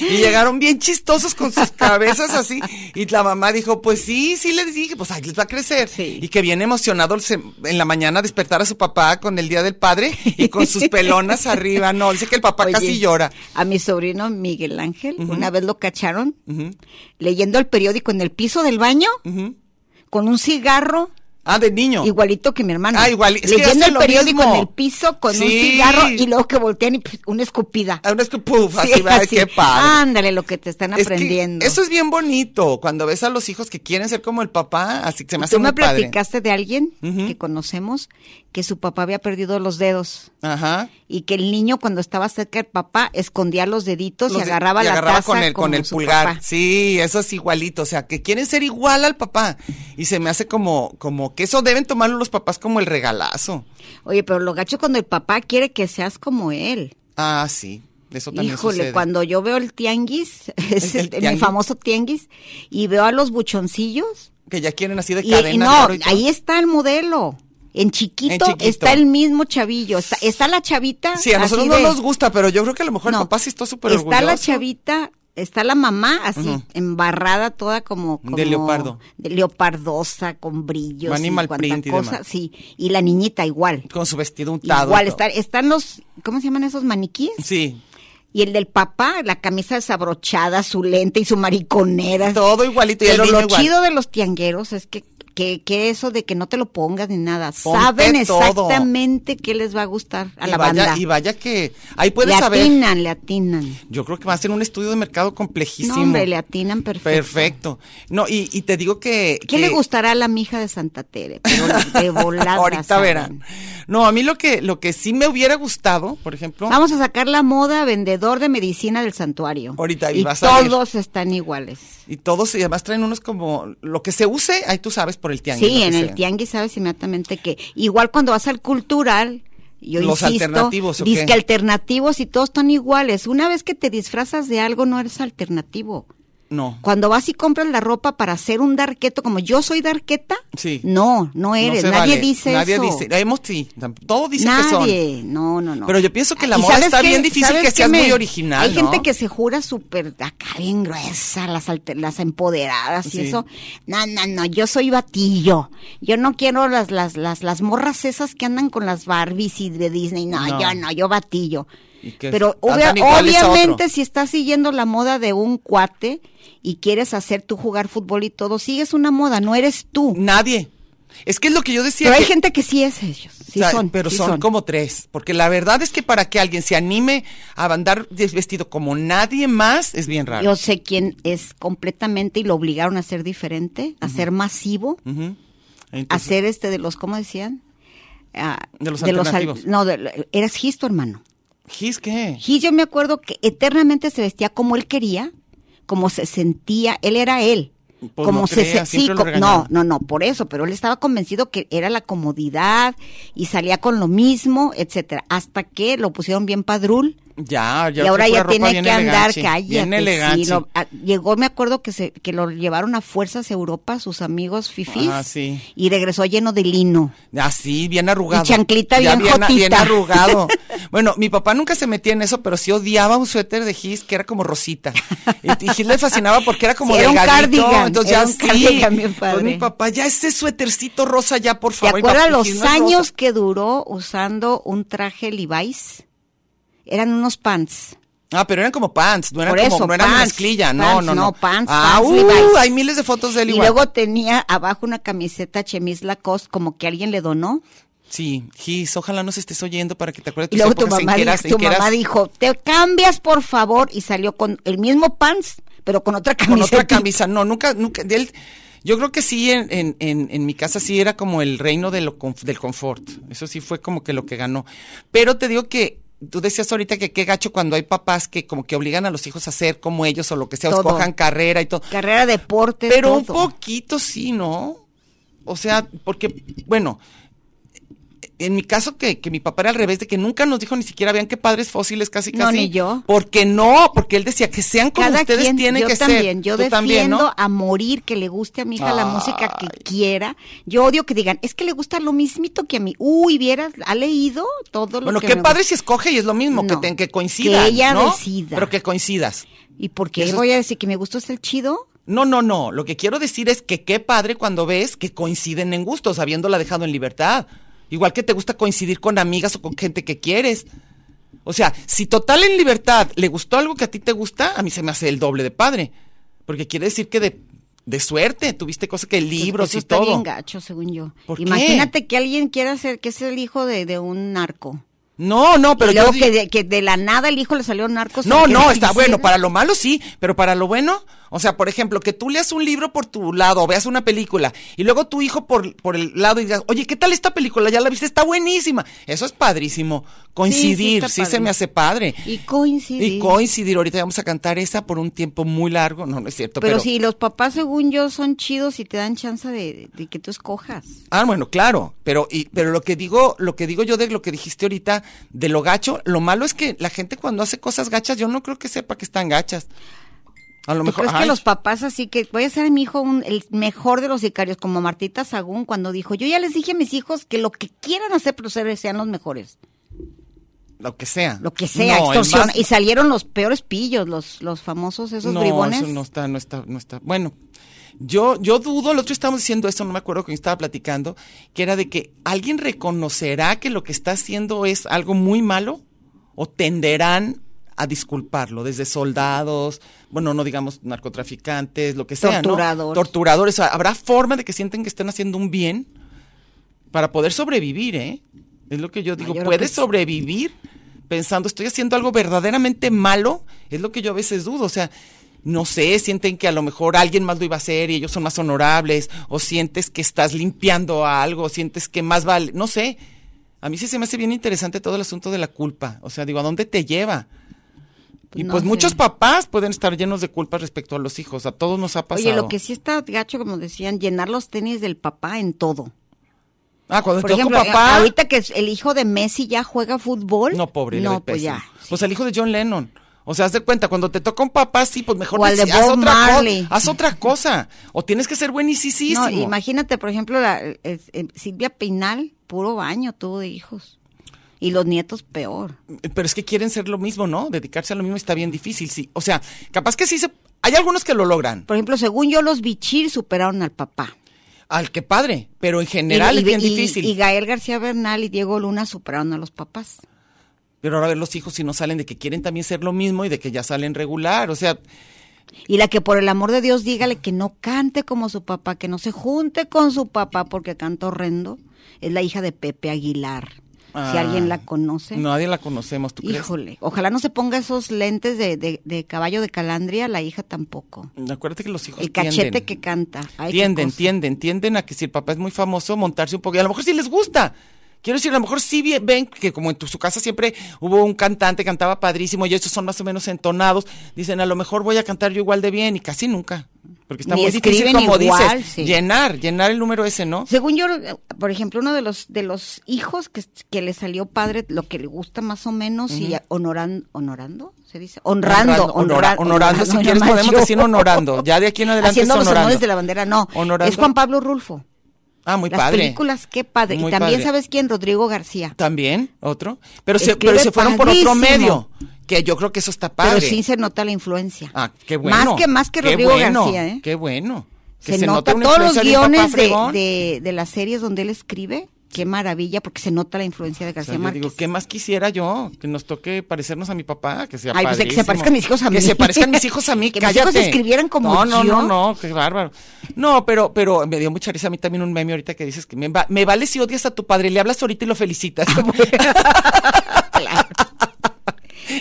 [SPEAKER 3] y llegaron bien chistosos con sus cabezas así y la mamá dijo, pues sí, sí les dije, pues ahí les va a crecer.
[SPEAKER 6] Sí.
[SPEAKER 3] Y que bien emocionado se- en la mañana despertar a su papá con el Día del Padre y con sus pelonas arriba. No, dice que el papá
[SPEAKER 6] Oye,
[SPEAKER 3] casi llora.
[SPEAKER 6] A mi sobrino Miguel Ángel, una vez lo cacharon leyendo el periódico en el piso del baño con un cigarro.
[SPEAKER 3] Ah, de niño.
[SPEAKER 6] Igualito que mi hermano.
[SPEAKER 3] Ah, igual- es que
[SPEAKER 6] Leyendo
[SPEAKER 3] hacen
[SPEAKER 6] el
[SPEAKER 3] lo
[SPEAKER 6] periódico
[SPEAKER 3] mismo.
[SPEAKER 6] en el piso con un
[SPEAKER 3] Sí.
[SPEAKER 6] cigarro y luego que voltean y pf, una escupida.
[SPEAKER 3] Ah, no, es que puf, así,
[SPEAKER 6] Sí,
[SPEAKER 3] ¿verdad?
[SPEAKER 6] así.
[SPEAKER 3] Qué padre.
[SPEAKER 6] Ándale lo que te están
[SPEAKER 3] Es que
[SPEAKER 6] aprendiendo.
[SPEAKER 3] eso es bien bonito, cuando ves a los hijos que quieren ser como el papá, así que se me hace
[SPEAKER 6] Tú me
[SPEAKER 3] muy padre.
[SPEAKER 6] platicaste de alguien
[SPEAKER 3] Ujú.
[SPEAKER 6] que conocemos que su papá había perdido los dedos.
[SPEAKER 3] Ajá.
[SPEAKER 6] y que el niño cuando estaba cerca del papá escondía los deditos y
[SPEAKER 3] Los de-
[SPEAKER 6] agarraba
[SPEAKER 3] y
[SPEAKER 6] la
[SPEAKER 3] agarraba
[SPEAKER 6] taza
[SPEAKER 3] con el, con
[SPEAKER 6] como
[SPEAKER 3] el
[SPEAKER 6] su
[SPEAKER 3] pulgar.
[SPEAKER 6] papá.
[SPEAKER 3] Sí, eso es igualito. O sea, que quieren ser igual al papá. Y se me hace como, como que eso deben tomarlo los papás como el regalazo.
[SPEAKER 6] Oye, pero lo gacho cuando el papá quiere que seas como él.
[SPEAKER 3] Ah, sí. Eso también
[SPEAKER 6] Híjole,
[SPEAKER 3] sucede.
[SPEAKER 6] cuando yo veo el tianguis, es
[SPEAKER 3] ¿El
[SPEAKER 6] el- mi
[SPEAKER 3] tianguis?
[SPEAKER 6] famoso tianguis, y veo a los buchoncillos,
[SPEAKER 3] Que ya quieren así de
[SPEAKER 6] y,
[SPEAKER 3] cadena.
[SPEAKER 6] y
[SPEAKER 3] de
[SPEAKER 6] no,
[SPEAKER 3] oro y todo.
[SPEAKER 6] ahí está el modelo. En chiquito,
[SPEAKER 3] En chiquito.
[SPEAKER 6] está el mismo chavillo, está, está la chavita.
[SPEAKER 3] Sí, a
[SPEAKER 6] así
[SPEAKER 3] nosotros no
[SPEAKER 6] de-
[SPEAKER 3] nos gusta, pero yo creo que a lo mejor
[SPEAKER 6] No.
[SPEAKER 3] el papá sí está súper
[SPEAKER 6] Está
[SPEAKER 3] orgulloso.
[SPEAKER 6] la chavita, está la mamá así,
[SPEAKER 3] Ujú.
[SPEAKER 6] embarrada toda como,
[SPEAKER 3] De
[SPEAKER 6] como-
[SPEAKER 3] leopardo.
[SPEAKER 6] de leopardosa, con brillos.
[SPEAKER 3] Animal
[SPEAKER 6] y cuanta
[SPEAKER 3] print y
[SPEAKER 6] cosa,
[SPEAKER 3] demás.
[SPEAKER 6] Sí, y la niñita igual.
[SPEAKER 3] Con su vestido untado.
[SPEAKER 6] igual,
[SPEAKER 3] y todo.
[SPEAKER 6] está- están los, ¿cómo se llaman esos maniquíes?
[SPEAKER 3] Sí.
[SPEAKER 6] Y el del papá, la camisa desabrochada, su lente y su mariconera.
[SPEAKER 3] Todo igualito. Y
[SPEAKER 6] Pero
[SPEAKER 3] el niño
[SPEAKER 6] lo
[SPEAKER 3] igual.
[SPEAKER 6] chido de los tiangueros es que, que, que eso de que no te lo pongas ni nada.
[SPEAKER 3] Ponte
[SPEAKER 6] Saben
[SPEAKER 3] todo.
[SPEAKER 6] exactamente qué les va a gustar a
[SPEAKER 3] y
[SPEAKER 6] la
[SPEAKER 3] vaya,
[SPEAKER 6] banda.
[SPEAKER 3] Y vaya que. Ahí
[SPEAKER 6] le
[SPEAKER 3] puedes saber.
[SPEAKER 6] atinan, le atinan.
[SPEAKER 3] Yo creo que va a ser un estudio de mercado complejísimo.
[SPEAKER 6] No, hombre, le atinan perfecto.
[SPEAKER 3] Perfecto. No, y, y te digo que.
[SPEAKER 6] ¿Qué
[SPEAKER 3] que-
[SPEAKER 6] le gustará a la mija de Santa Tere? Pero de volada.
[SPEAKER 3] Ahorita
[SPEAKER 6] saben.
[SPEAKER 3] verán. No, a mí lo que, lo que sí me hubiera gustado, por ejemplo,
[SPEAKER 6] Vamos a sacar la moda vendedor de medicina del santuario.
[SPEAKER 3] Ahorita, y
[SPEAKER 6] y
[SPEAKER 3] vas a ver.
[SPEAKER 6] todos están iguales.
[SPEAKER 3] y todos, y además traen unos como, lo que se use, ahí tú sabes, por el tianguis. lo
[SPEAKER 6] sí,
[SPEAKER 3] que
[SPEAKER 6] en el
[SPEAKER 3] sea.
[SPEAKER 6] tianguis sabes inmediatamente que igual cuando vas al cultural, yo
[SPEAKER 3] Los
[SPEAKER 6] insisto,
[SPEAKER 3] alternativos, ¿o qué?
[SPEAKER 6] dizque alternativos y todos están iguales. Una vez que te disfrazas de algo no eres alternativo.
[SPEAKER 3] No.
[SPEAKER 6] Cuando vas y compras la ropa para ser un darqueto, como yo soy darqueta,
[SPEAKER 3] Sí.
[SPEAKER 6] no, no eres.
[SPEAKER 3] se
[SPEAKER 6] nadie
[SPEAKER 3] vale,
[SPEAKER 6] dice
[SPEAKER 3] Nadie
[SPEAKER 6] eso.
[SPEAKER 3] dice, hemos sí, tam- todos dicen que son.
[SPEAKER 6] Nadie, no, no, no.
[SPEAKER 3] Pero yo pienso que la
[SPEAKER 6] ¿Y
[SPEAKER 3] moda
[SPEAKER 6] sabes
[SPEAKER 3] está
[SPEAKER 6] qué?
[SPEAKER 3] bien difícil
[SPEAKER 6] ¿Sabes
[SPEAKER 3] que
[SPEAKER 6] qué
[SPEAKER 3] seas
[SPEAKER 6] me-
[SPEAKER 3] muy original,
[SPEAKER 6] Hay gente
[SPEAKER 3] ¿no?
[SPEAKER 6] que se jura súper acá bien gruesa, las, alter- las empoderadas
[SPEAKER 3] Sí.
[SPEAKER 6] y eso. No, no, no, yo soy batillo. Yo no quiero las, las, las, las morras esas que andan con las Barbies y de Disney. No,
[SPEAKER 3] No.
[SPEAKER 6] yo no, yo batillo.
[SPEAKER 3] ¿Y qué?
[SPEAKER 6] Pero
[SPEAKER 3] Andan
[SPEAKER 6] obvia-
[SPEAKER 3] iguales a otro.
[SPEAKER 6] obviamente si estás siguiendo la moda de un cuate y quieres hacer tú jugar fútbol y todo, sigues una moda, no eres tú.
[SPEAKER 3] Nadie. Es que es lo que yo decía.
[SPEAKER 6] Pero hay
[SPEAKER 3] que-
[SPEAKER 6] gente que sí es ellos, sí
[SPEAKER 3] o sea,
[SPEAKER 6] son.
[SPEAKER 3] pero
[SPEAKER 6] sí
[SPEAKER 3] son, como tres. Porque la verdad es que para que alguien se anime a andar vestido como nadie más es bien raro.
[SPEAKER 6] Yo sé quién es completamente y lo obligaron a ser diferente, a ser masivo,
[SPEAKER 3] Ujú. Entonces,
[SPEAKER 6] a ser este de los, ¿cómo decían? Ah,
[SPEAKER 3] De los
[SPEAKER 6] al-
[SPEAKER 3] alternativos.
[SPEAKER 6] no, de- eras Gis, tu hermano.
[SPEAKER 3] ¿Gis qué?
[SPEAKER 6] Gis, yo me acuerdo que eternamente se vestía como él quería, como se sentía, él era él.
[SPEAKER 3] Pues
[SPEAKER 6] como
[SPEAKER 3] no
[SPEAKER 6] se
[SPEAKER 3] creas,
[SPEAKER 6] se- sí,
[SPEAKER 3] siempre lo
[SPEAKER 6] co-
[SPEAKER 3] regañaban.
[SPEAKER 6] no, no, no, por eso, pero él estaba convencido que era la comodidad y salía con lo mismo, etcétera, hasta que lo pusieron bien padrul.
[SPEAKER 3] Ya, ya.
[SPEAKER 6] y ahora
[SPEAKER 3] pura
[SPEAKER 6] ya
[SPEAKER 3] ropa
[SPEAKER 6] tiene que
[SPEAKER 3] bien
[SPEAKER 6] andar
[SPEAKER 3] eleganchi,
[SPEAKER 6] cállate,
[SPEAKER 3] Bien
[SPEAKER 6] sí,
[SPEAKER 3] elegante.
[SPEAKER 6] lo- a- llegó, me acuerdo que se que lo llevaron a fuerzas a Europa sus amigos fifís.
[SPEAKER 3] Ah, sí. Ah,
[SPEAKER 6] Y regresó lleno de lino.
[SPEAKER 3] Así, bien arrugado.
[SPEAKER 6] Y chanclita
[SPEAKER 3] Ya
[SPEAKER 6] bien
[SPEAKER 3] bien, bien
[SPEAKER 6] jotita.
[SPEAKER 3] arrugado. bueno, mi papá nunca se metía en eso, pero sí odiaba un suéter de Gis que era como rosita. Y, y Gis le fascinaba porque era como
[SPEAKER 6] Sí, era un
[SPEAKER 3] delgadito.
[SPEAKER 6] cardigan,
[SPEAKER 3] entonces
[SPEAKER 6] era
[SPEAKER 3] ya
[SPEAKER 6] un
[SPEAKER 3] sí.
[SPEAKER 6] cardigan bien
[SPEAKER 3] Pues
[SPEAKER 6] padre.
[SPEAKER 3] mi papá, ya ese suétercito rosa, ya por
[SPEAKER 6] ¿Te
[SPEAKER 3] favor. Y
[SPEAKER 6] acuerdas
[SPEAKER 3] papá,
[SPEAKER 6] los
[SPEAKER 3] Gis no es rosa.
[SPEAKER 6] años que duró usando un traje Levi's? Eran unos pants.
[SPEAKER 3] Ah, pero eran como pants, no eran
[SPEAKER 6] Por
[SPEAKER 3] como,
[SPEAKER 6] eso,
[SPEAKER 3] no eran
[SPEAKER 6] pants,
[SPEAKER 3] mezclilla, no,
[SPEAKER 6] pants,
[SPEAKER 3] no, no.
[SPEAKER 6] no, pants,
[SPEAKER 3] ah,
[SPEAKER 6] pants,
[SPEAKER 3] uh,
[SPEAKER 6] Levi's.
[SPEAKER 3] hay miles de fotos de él
[SPEAKER 6] Y
[SPEAKER 3] igual.
[SPEAKER 6] luego tenía abajo una camiseta chemis Lacoste como que alguien le donó.
[SPEAKER 3] Sí, Gis, ojalá nos estés oyendo para que te acuerdes
[SPEAKER 6] Y luego tu
[SPEAKER 3] épocas en
[SPEAKER 6] mamá,
[SPEAKER 3] que
[SPEAKER 6] di-
[SPEAKER 3] eras- en
[SPEAKER 6] tu
[SPEAKER 3] que eras-
[SPEAKER 6] mamá dijo, te cambias por favor. Y salió con el mismo pants, pero con otra
[SPEAKER 3] con
[SPEAKER 6] camiseta.
[SPEAKER 3] otra camisa. No, nunca, nunca. de él- yo creo que sí, en, en, en, en mi casa sí era como el reino de lo conf- del confort. Eso sí fue como que lo que ganó. Pero te digo que tú decías ahorita que qué gacho cuando hay papás que como que obligan a los hijos a ser como ellos o lo que sea, o
[SPEAKER 6] Todo.
[SPEAKER 3] escojan carrera y todo.
[SPEAKER 6] Carrera, deporte,
[SPEAKER 3] Pero un
[SPEAKER 6] todo.
[SPEAKER 3] poquito sí, ¿no? O sea, porque, bueno, en mi caso que, que mi papá era al revés, de que nunca nos dijo ni siquiera, vean qué padres fósiles casi
[SPEAKER 6] No,
[SPEAKER 3] casi.
[SPEAKER 6] ni yo.
[SPEAKER 3] Porque no, porque él decía que sean como
[SPEAKER 6] Cada
[SPEAKER 3] ustedes
[SPEAKER 6] quien,
[SPEAKER 3] tienen
[SPEAKER 6] yo
[SPEAKER 3] que
[SPEAKER 6] también,
[SPEAKER 3] ser.
[SPEAKER 6] yo
[SPEAKER 3] Tú
[SPEAKER 6] defiendo
[SPEAKER 3] también, ¿no?
[SPEAKER 6] a morir que le guste a mi hija la música que
[SPEAKER 3] Ay.
[SPEAKER 6] quiera. Yo odio que digan, es que le gusta lo mismito que a mí. Uy, vieras, ha leído todo lo
[SPEAKER 3] Bueno,
[SPEAKER 6] que
[SPEAKER 3] qué
[SPEAKER 6] me
[SPEAKER 3] padre si escoge y es lo mismo, que,
[SPEAKER 6] No,
[SPEAKER 3] te- que
[SPEAKER 6] que
[SPEAKER 3] coincidan.
[SPEAKER 6] ella
[SPEAKER 3] ¿no?
[SPEAKER 6] decida.
[SPEAKER 3] Pero que coincidas.
[SPEAKER 6] gusta. ¿Y por qué
[SPEAKER 3] Eso es-
[SPEAKER 6] voy a decir que me gustó es el chido?
[SPEAKER 3] No, no, no. Lo que quiero decir es que qué padre cuando ves que coinciden en gustos, habiéndola dejado en libertad. Igual que te gusta coincidir con amigas o con gente que quieres. O sea, si total en libertad le gustó algo que a ti te gusta, a mí se me hace el doble de padre. Porque quiere decir que de, de suerte tuviste cosas que libros
[SPEAKER 6] Eso
[SPEAKER 3] y
[SPEAKER 6] Pues, está
[SPEAKER 3] todo.
[SPEAKER 6] bien gacho, según yo.
[SPEAKER 3] ¿Por qué?
[SPEAKER 6] Imagínate que alguien quiera ser, que es el hijo de, de un narco.
[SPEAKER 3] No, no, pero
[SPEAKER 6] y luego
[SPEAKER 3] yo di-
[SPEAKER 6] que, de, que de la nada el hijo le salió narco.
[SPEAKER 3] No,
[SPEAKER 6] sin que
[SPEAKER 3] no,
[SPEAKER 6] le
[SPEAKER 3] está bueno,
[SPEAKER 6] hicieran.
[SPEAKER 3] para lo malo sí, pero para lo bueno, o sea, por ejemplo, que tú leas un libro por tu lado, o veas una película, y luego tu hijo por, por el lado y digas, oye, ¿qué tal esta película? Ya la viste, está buenísima. Eso es padrísimo. Coincidir, sí,
[SPEAKER 6] está
[SPEAKER 3] se
[SPEAKER 6] padre.
[SPEAKER 3] me hace padre.
[SPEAKER 6] Y coincidir.
[SPEAKER 3] Y coincidir, ahorita vamos a cantar esa por un tiempo muy largo, no, no es cierto, pero...
[SPEAKER 6] Pero, si los papás, según yo, son chidos y te dan chance de, de que tú escojas.
[SPEAKER 3] Ah, bueno, claro, pero y, pero lo que digo, lo que digo yo de lo que dijiste ahorita de lo gacho, lo malo es que la gente cuando hace cosas gachas, yo no creo que sepa que están gachas. A lo
[SPEAKER 6] ¿Tú
[SPEAKER 3] mejor
[SPEAKER 6] crees que
[SPEAKER 3] ay.
[SPEAKER 6] los papás así que voy a hacer a mi hijo un- el mejor de los sicarios, como Martita Sagún cuando dijo, yo ya les dije a mis hijos que lo que quieran hacer, pero ser- sean los mejores,
[SPEAKER 3] lo que sea.
[SPEAKER 6] lo que sea,
[SPEAKER 3] No, el
[SPEAKER 6] extorsión.
[SPEAKER 3] más-
[SPEAKER 6] Y salieron los peores pillos, los, los famosos, esos
[SPEAKER 3] no,
[SPEAKER 6] bribones.
[SPEAKER 3] eso no está, no está, no está. Bueno, yo, yo dudo, el otro día estábamos diciendo esto, no me acuerdo que estaba platicando, que era de que alguien reconocerá que lo que está haciendo es algo muy malo o tenderán a disculparlo, desde soldados, bueno, no digamos narcotraficantes, lo que sea, ¿no?
[SPEAKER 6] Torturadores.
[SPEAKER 3] Torturadores. Habrá forma de que sienten que estén haciendo un bien para poder sobrevivir, ¿eh? Es lo que yo digo,
[SPEAKER 6] yo creo que
[SPEAKER 3] puedes
[SPEAKER 6] sí.
[SPEAKER 3] sobrevivir pensando, estoy haciendo algo verdaderamente malo, es lo que yo a veces dudo, o sea, no sé, sienten que a lo mejor alguien más lo iba a hacer y ellos son más honorables, o sientes que estás limpiando a algo, sientes que más vale, no sé, A mí sí se me hace bien interesante todo el asunto de la culpa. O sea, digo, ¿a dónde te lleva? Y
[SPEAKER 6] No
[SPEAKER 3] pues
[SPEAKER 6] sé.
[SPEAKER 3] muchos papás pueden estar llenos de culpa respecto a los hijos. A todos nos ha pasado.
[SPEAKER 6] Oye, lo que sí está gacho, como decían, llenar los tenis del papá en todo.
[SPEAKER 3] ah, cuando
[SPEAKER 6] Por
[SPEAKER 3] te
[SPEAKER 6] ejemplo,
[SPEAKER 3] toca papá.
[SPEAKER 6] ahorita que el hijo de Messi ya juega fútbol.
[SPEAKER 3] No, pobre,
[SPEAKER 6] No,
[SPEAKER 3] le
[SPEAKER 6] pues ya.
[SPEAKER 3] Pues el hijo de John Lennon. O sea, haz de cuenta, cuando te toca un papá, sí, pues mejor
[SPEAKER 6] O al
[SPEAKER 3] dices,
[SPEAKER 6] de
[SPEAKER 3] haz,
[SPEAKER 6] Bob
[SPEAKER 3] otra co-
[SPEAKER 6] Marley.
[SPEAKER 3] haz otra cosa. O tienes que ser buenísimo.
[SPEAKER 6] No, imagínate, por ejemplo, la, eh, eh, Silvia Peinal, puro baño tuvo de hijos. Y los nietos peor.
[SPEAKER 3] Pero es que quieren ser lo mismo, ¿no? Dedicarse a lo mismo está bien difícil, sí. O sea, capaz que sí se... Hay algunos que lo logran.
[SPEAKER 6] Por ejemplo, según yo, los Bichir superaron al papá.
[SPEAKER 3] Al que padre. Pero en general
[SPEAKER 6] y,
[SPEAKER 3] es bien
[SPEAKER 6] y-
[SPEAKER 3] difícil.
[SPEAKER 6] y Gael García Bernal y Diego Luna superaron a los papás.
[SPEAKER 3] Pero ahora ver los hijos si no salen de que quieren también ser lo mismo y de que ya salen regular. O sea,
[SPEAKER 6] Y la que por el amor de Dios dígale que no cante como su papá, que no se junte con su papá porque canta horrendo, es la hija de Pepe Aguilar. si
[SPEAKER 3] Ah.
[SPEAKER 6] alguien la conoce.
[SPEAKER 3] nadie la conocemos, ¿tú crees?
[SPEAKER 6] Híjole, ojalá no se ponga esos lentes de, de- de caballo de calandria, la hija tampoco.
[SPEAKER 3] Acuérdate que los hijos
[SPEAKER 6] El cachete
[SPEAKER 3] tienden.
[SPEAKER 6] que canta. Ay, qué
[SPEAKER 3] tienden,
[SPEAKER 6] cosa.
[SPEAKER 3] tienden, tienden a que si el papá es muy famoso, montarse un poco. Y a lo mejor sí les gusta. Quiero decir, a lo mejor sí vi- ven que como en tu- su casa siempre hubo un cantante, cantaba padrísimo y estos son más o menos entonados. Dicen, a lo mejor voy a cantar yo igual de bien y casi nunca. Porque está
[SPEAKER 6] Ni
[SPEAKER 3] muy difícil,
[SPEAKER 6] escriben
[SPEAKER 3] como
[SPEAKER 6] igual,
[SPEAKER 3] dices,
[SPEAKER 6] sí.
[SPEAKER 3] llenar, llenar el número ese, ¿no?
[SPEAKER 6] Según yo, eh, por ejemplo, uno de los de los hijos que, que le salió padre, lo que le gusta más o menos, y honoran, honorando, se dice, honrando,
[SPEAKER 3] Honrando, honora-
[SPEAKER 6] honra-
[SPEAKER 3] honorando, si
[SPEAKER 6] era
[SPEAKER 3] quieres
[SPEAKER 6] más
[SPEAKER 3] podemos
[SPEAKER 6] yo.
[SPEAKER 3] decir honorando. Ya de aquí en adelante
[SPEAKER 6] Haciendo
[SPEAKER 3] es
[SPEAKER 6] los
[SPEAKER 3] honorando.
[SPEAKER 6] honores de la bandera, no.
[SPEAKER 3] Honorando.
[SPEAKER 6] Es Juan Pablo Rulfo.
[SPEAKER 3] Ah, muy
[SPEAKER 6] Las
[SPEAKER 3] padre.
[SPEAKER 6] películas, qué padre.
[SPEAKER 3] Muy
[SPEAKER 6] y también,
[SPEAKER 3] padre.
[SPEAKER 6] ¿sabes quién? Rodrigo García.
[SPEAKER 3] También, otro. Pero se,
[SPEAKER 6] Escribe
[SPEAKER 3] pero se fueron por otro
[SPEAKER 6] padrísimo.
[SPEAKER 3] medio, que yo creo que eso está padre.
[SPEAKER 6] Pero sí se nota la influencia.
[SPEAKER 3] Ah, qué bueno.
[SPEAKER 6] Más que, más que
[SPEAKER 3] Qué
[SPEAKER 6] Rodrigo
[SPEAKER 3] bueno,
[SPEAKER 6] García, ¿eh?
[SPEAKER 3] Qué bueno. Que
[SPEAKER 6] se, nota,
[SPEAKER 3] nota una
[SPEAKER 6] todos los
[SPEAKER 3] influencia de un papá
[SPEAKER 6] guiones de,
[SPEAKER 3] fregón.
[SPEAKER 6] de- de las series donde él escribe. Qué maravilla, porque se nota la influencia de
[SPEAKER 3] O sea,
[SPEAKER 6] García
[SPEAKER 3] yo
[SPEAKER 6] Márquez.
[SPEAKER 3] digo, ¿qué más quisiera yo? Que nos toque parecernos a mi papá, que sea
[SPEAKER 6] Ay, pues, de que se
[SPEAKER 3] padrísimo.
[SPEAKER 6] parezcan mis hijos a
[SPEAKER 3] Que
[SPEAKER 6] mí.
[SPEAKER 3] se parezcan mis hijos a mí,
[SPEAKER 6] Que mis
[SPEAKER 3] cállate.
[SPEAKER 6] hijos escribieran como
[SPEAKER 3] no, no,
[SPEAKER 6] yo.
[SPEAKER 3] No, no, qué bárbaro. No, pero, pero me dio mucha risa a mí también un meme ahorita que dices que me, va- me vale si odias a tu padre, le hablas ahorita y lo felicitas.
[SPEAKER 6] Ah, Claro.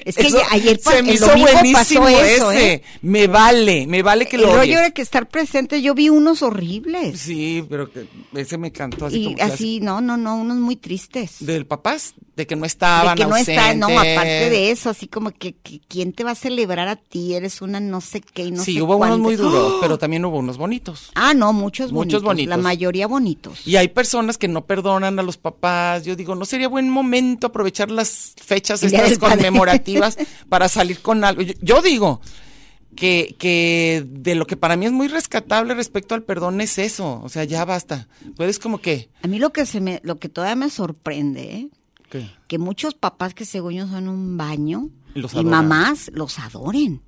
[SPEAKER 6] Es que
[SPEAKER 3] Eso
[SPEAKER 6] ya- ayer pa-
[SPEAKER 3] se me
[SPEAKER 6] el
[SPEAKER 3] hizo
[SPEAKER 6] domingo
[SPEAKER 3] buenísimo
[SPEAKER 6] pasó eso,
[SPEAKER 3] ese.
[SPEAKER 6] ¿eh?
[SPEAKER 3] Me vale, me vale que
[SPEAKER 6] el
[SPEAKER 3] lo
[SPEAKER 6] rollo
[SPEAKER 3] odies.
[SPEAKER 6] era que estar presente, yo vi unos horribles.
[SPEAKER 3] Sí, pero que ese me encantó así como
[SPEAKER 6] y
[SPEAKER 3] que
[SPEAKER 6] así, no, no, no, unos muy tristes.
[SPEAKER 3] del papás, de que no estaban
[SPEAKER 6] De que no está, no,
[SPEAKER 3] ausentes.
[SPEAKER 6] aparte de eso, así como que, que quién te va a celebrar a ti, eres una no sé qué y no
[SPEAKER 3] sí,
[SPEAKER 6] sé
[SPEAKER 3] hubo unos
[SPEAKER 6] cuánto.
[SPEAKER 3] muy duros,
[SPEAKER 6] ¡Ah!
[SPEAKER 3] pero también hubo unos bonitos.
[SPEAKER 6] Ah, no, muchos
[SPEAKER 3] Muchos
[SPEAKER 6] bonitos,
[SPEAKER 3] bonitos.
[SPEAKER 6] la mayoría bonitos.
[SPEAKER 3] Y hay personas que no perdonan a los papás. Yo digo, no sería buen momento aprovechar las fechas
[SPEAKER 6] El Día
[SPEAKER 3] estas
[SPEAKER 6] del Padre.
[SPEAKER 3] conmemorativas para salir con algo. Yo, yo digo que, que de lo que para mí es muy rescatable respecto al perdón es eso. O sea, ya basta. Puedes como que...
[SPEAKER 6] A mí lo que se me, lo que todavía me sorprende, ¿eh? que muchos papás que según yo son un baño
[SPEAKER 3] Los
[SPEAKER 6] y
[SPEAKER 3] adoran.
[SPEAKER 6] mamás los adoren.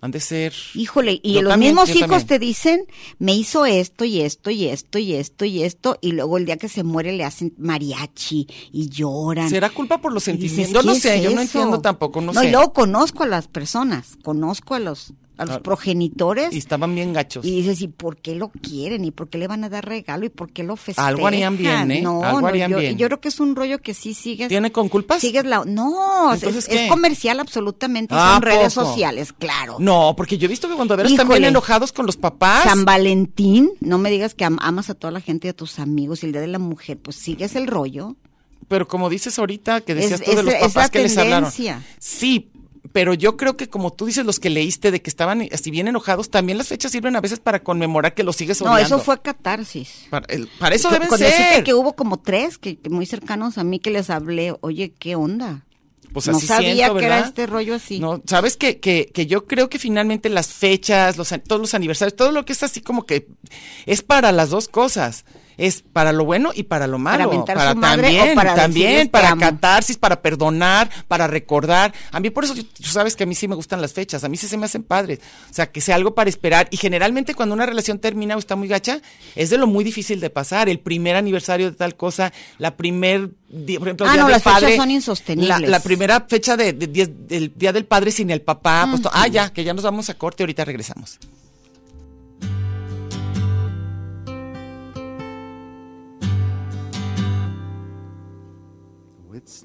[SPEAKER 3] Han de ser...
[SPEAKER 6] Híjole, y
[SPEAKER 3] Yo
[SPEAKER 6] los
[SPEAKER 3] también,
[SPEAKER 6] mismos
[SPEAKER 3] yo
[SPEAKER 6] hijos
[SPEAKER 3] también.
[SPEAKER 6] te dicen, me hizo esto y esto y esto y esto y esto, y luego el día que se muere le hacen mariachi y lloran.
[SPEAKER 3] ¿Será culpa por los
[SPEAKER 6] Y dices,
[SPEAKER 3] sentimientos? Yo no
[SPEAKER 6] ¿qué
[SPEAKER 3] sé,
[SPEAKER 6] es
[SPEAKER 3] yo
[SPEAKER 6] eso?
[SPEAKER 3] no entiendo tampoco, no, sé.
[SPEAKER 6] y luego conozco a las personas, conozco a los, a los
[SPEAKER 3] Ah.
[SPEAKER 6] progenitores.
[SPEAKER 3] Y
[SPEAKER 6] Y,
[SPEAKER 3] estaban bien gachos.
[SPEAKER 6] dices, ¿y por qué lo quieren? ¿Y por qué le van a dar regalo? ¿Y por qué lo festejan?
[SPEAKER 3] Algo harían bien, ¿eh?
[SPEAKER 6] No,
[SPEAKER 3] Algo
[SPEAKER 6] no,
[SPEAKER 3] harían
[SPEAKER 6] yo,
[SPEAKER 3] bien.
[SPEAKER 6] yo creo que es un rollo que sí sigues.
[SPEAKER 3] ¿Tiene con culpas?
[SPEAKER 6] Sigues la. No, es-
[SPEAKER 3] Entonces,
[SPEAKER 6] es,
[SPEAKER 3] ¿qué?
[SPEAKER 6] comercial absolutamente. y
[SPEAKER 3] Ah,
[SPEAKER 6] son redes
[SPEAKER 3] poco.
[SPEAKER 6] sociales, claro.
[SPEAKER 3] No, porque yo he visto que cuando veras están
[SPEAKER 6] Híjole.
[SPEAKER 3] bien enojados con los papás.
[SPEAKER 6] San Valentín, no me digas que am- amas a toda la gente y a tus amigos y el Día de la Mujer, pues sigues el rollo.
[SPEAKER 3] Pero como dices ahorita, que decías
[SPEAKER 6] Es-
[SPEAKER 3] tú de
[SPEAKER 6] es-
[SPEAKER 3] los
[SPEAKER 6] es
[SPEAKER 3] papás
[SPEAKER 6] la
[SPEAKER 3] que les hablaron.
[SPEAKER 6] tendencia.
[SPEAKER 3] Sí, pero yo creo que como tú dices, los que leíste de que estaban así bien enojados, también las fechas sirven a veces para conmemorar que los sigues
[SPEAKER 6] No,
[SPEAKER 3] odiando.
[SPEAKER 6] eso fue catarsis.
[SPEAKER 3] Para, el- para eso
[SPEAKER 6] Con-
[SPEAKER 3] deben
[SPEAKER 6] con decirte
[SPEAKER 3] ser.
[SPEAKER 6] que hubo como tres que, que muy cercanos a mí que les hablé, oye, ¿qué onda?
[SPEAKER 3] Pues
[SPEAKER 6] no
[SPEAKER 3] así
[SPEAKER 6] sabía
[SPEAKER 3] siento,
[SPEAKER 6] que era
[SPEAKER 3] ¿verdad?
[SPEAKER 6] este rollo así.
[SPEAKER 3] No, sabes que, que, que yo creo que finalmente las fechas, los, an- todos los aniversarios, todo lo que es así como que es para las dos cosas. Es para lo bueno y para lo malo.
[SPEAKER 6] aventar su madre
[SPEAKER 3] también,
[SPEAKER 6] o para
[SPEAKER 3] también,
[SPEAKER 6] decirles
[SPEAKER 3] para
[SPEAKER 6] te amo.
[SPEAKER 3] catarsis, para perdonar, para recordar. A mí por eso, yo- tú sabes que a mí sí me gustan las fechas, a mí sí se me hacen padres. O sea, que sea algo para esperar. Y generalmente cuando una relación termina o está muy gacha, es de lo muy difícil de pasar. El primer aniversario de tal cosa, la primer, di- por ejemplo,
[SPEAKER 6] Ah,
[SPEAKER 3] Día
[SPEAKER 6] no,
[SPEAKER 3] del
[SPEAKER 6] las fechas
[SPEAKER 3] Padre,
[SPEAKER 6] son insostenibles.
[SPEAKER 3] la- la primera fecha de, de día- del Día del Padre sin el papá. pues, to- ah, ya, que ya nos vamos a corte, ahorita regresamos.
[SPEAKER 7] Oh, It's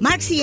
[SPEAKER 2] Marx y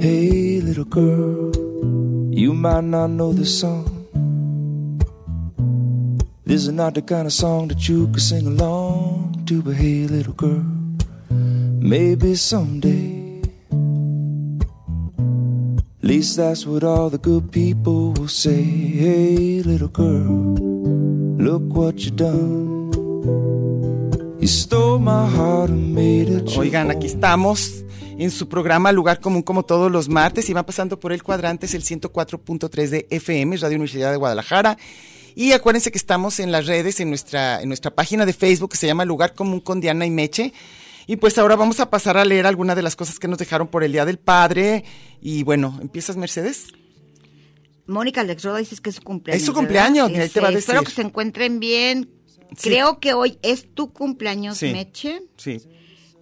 [SPEAKER 8] Hey, little girl, you might not know this song. This is not the kind of song that you could sing along to, but hey, little girl, maybe someday. Least that's what all the good people will say. Hey, little girl, look what you done. You stole my heart and made it your
[SPEAKER 3] Oigan, aquí
[SPEAKER 8] own.
[SPEAKER 3] estamos en su programa Lugar Común como todos los martes y van pasando por el cuadrante, es el 104.3 de FM, es Radio Universidad de Guadalajara. Y acuérdense que estamos en las redes, en nuestra, en nuestra página de Facebook que se llama Lugar Común con Diana y Meche. Y pues ahora vamos a pasar a leer algunas de las cosas que nos dejaron por el Día del Padre. Y bueno, ¿empiezas Mercedes?
[SPEAKER 6] Mónica Alex Roda dice que es su cumpleaños.
[SPEAKER 3] Es su
[SPEAKER 6] ¿verdad?
[SPEAKER 3] cumpleaños, mira, ahí te va a
[SPEAKER 6] Dice, Espero
[SPEAKER 3] decir.
[SPEAKER 6] que se encuentren bien.
[SPEAKER 3] Sí.
[SPEAKER 6] Creo que hoy es tu cumpleaños,
[SPEAKER 3] Sí.
[SPEAKER 6] Meche.
[SPEAKER 3] Sí.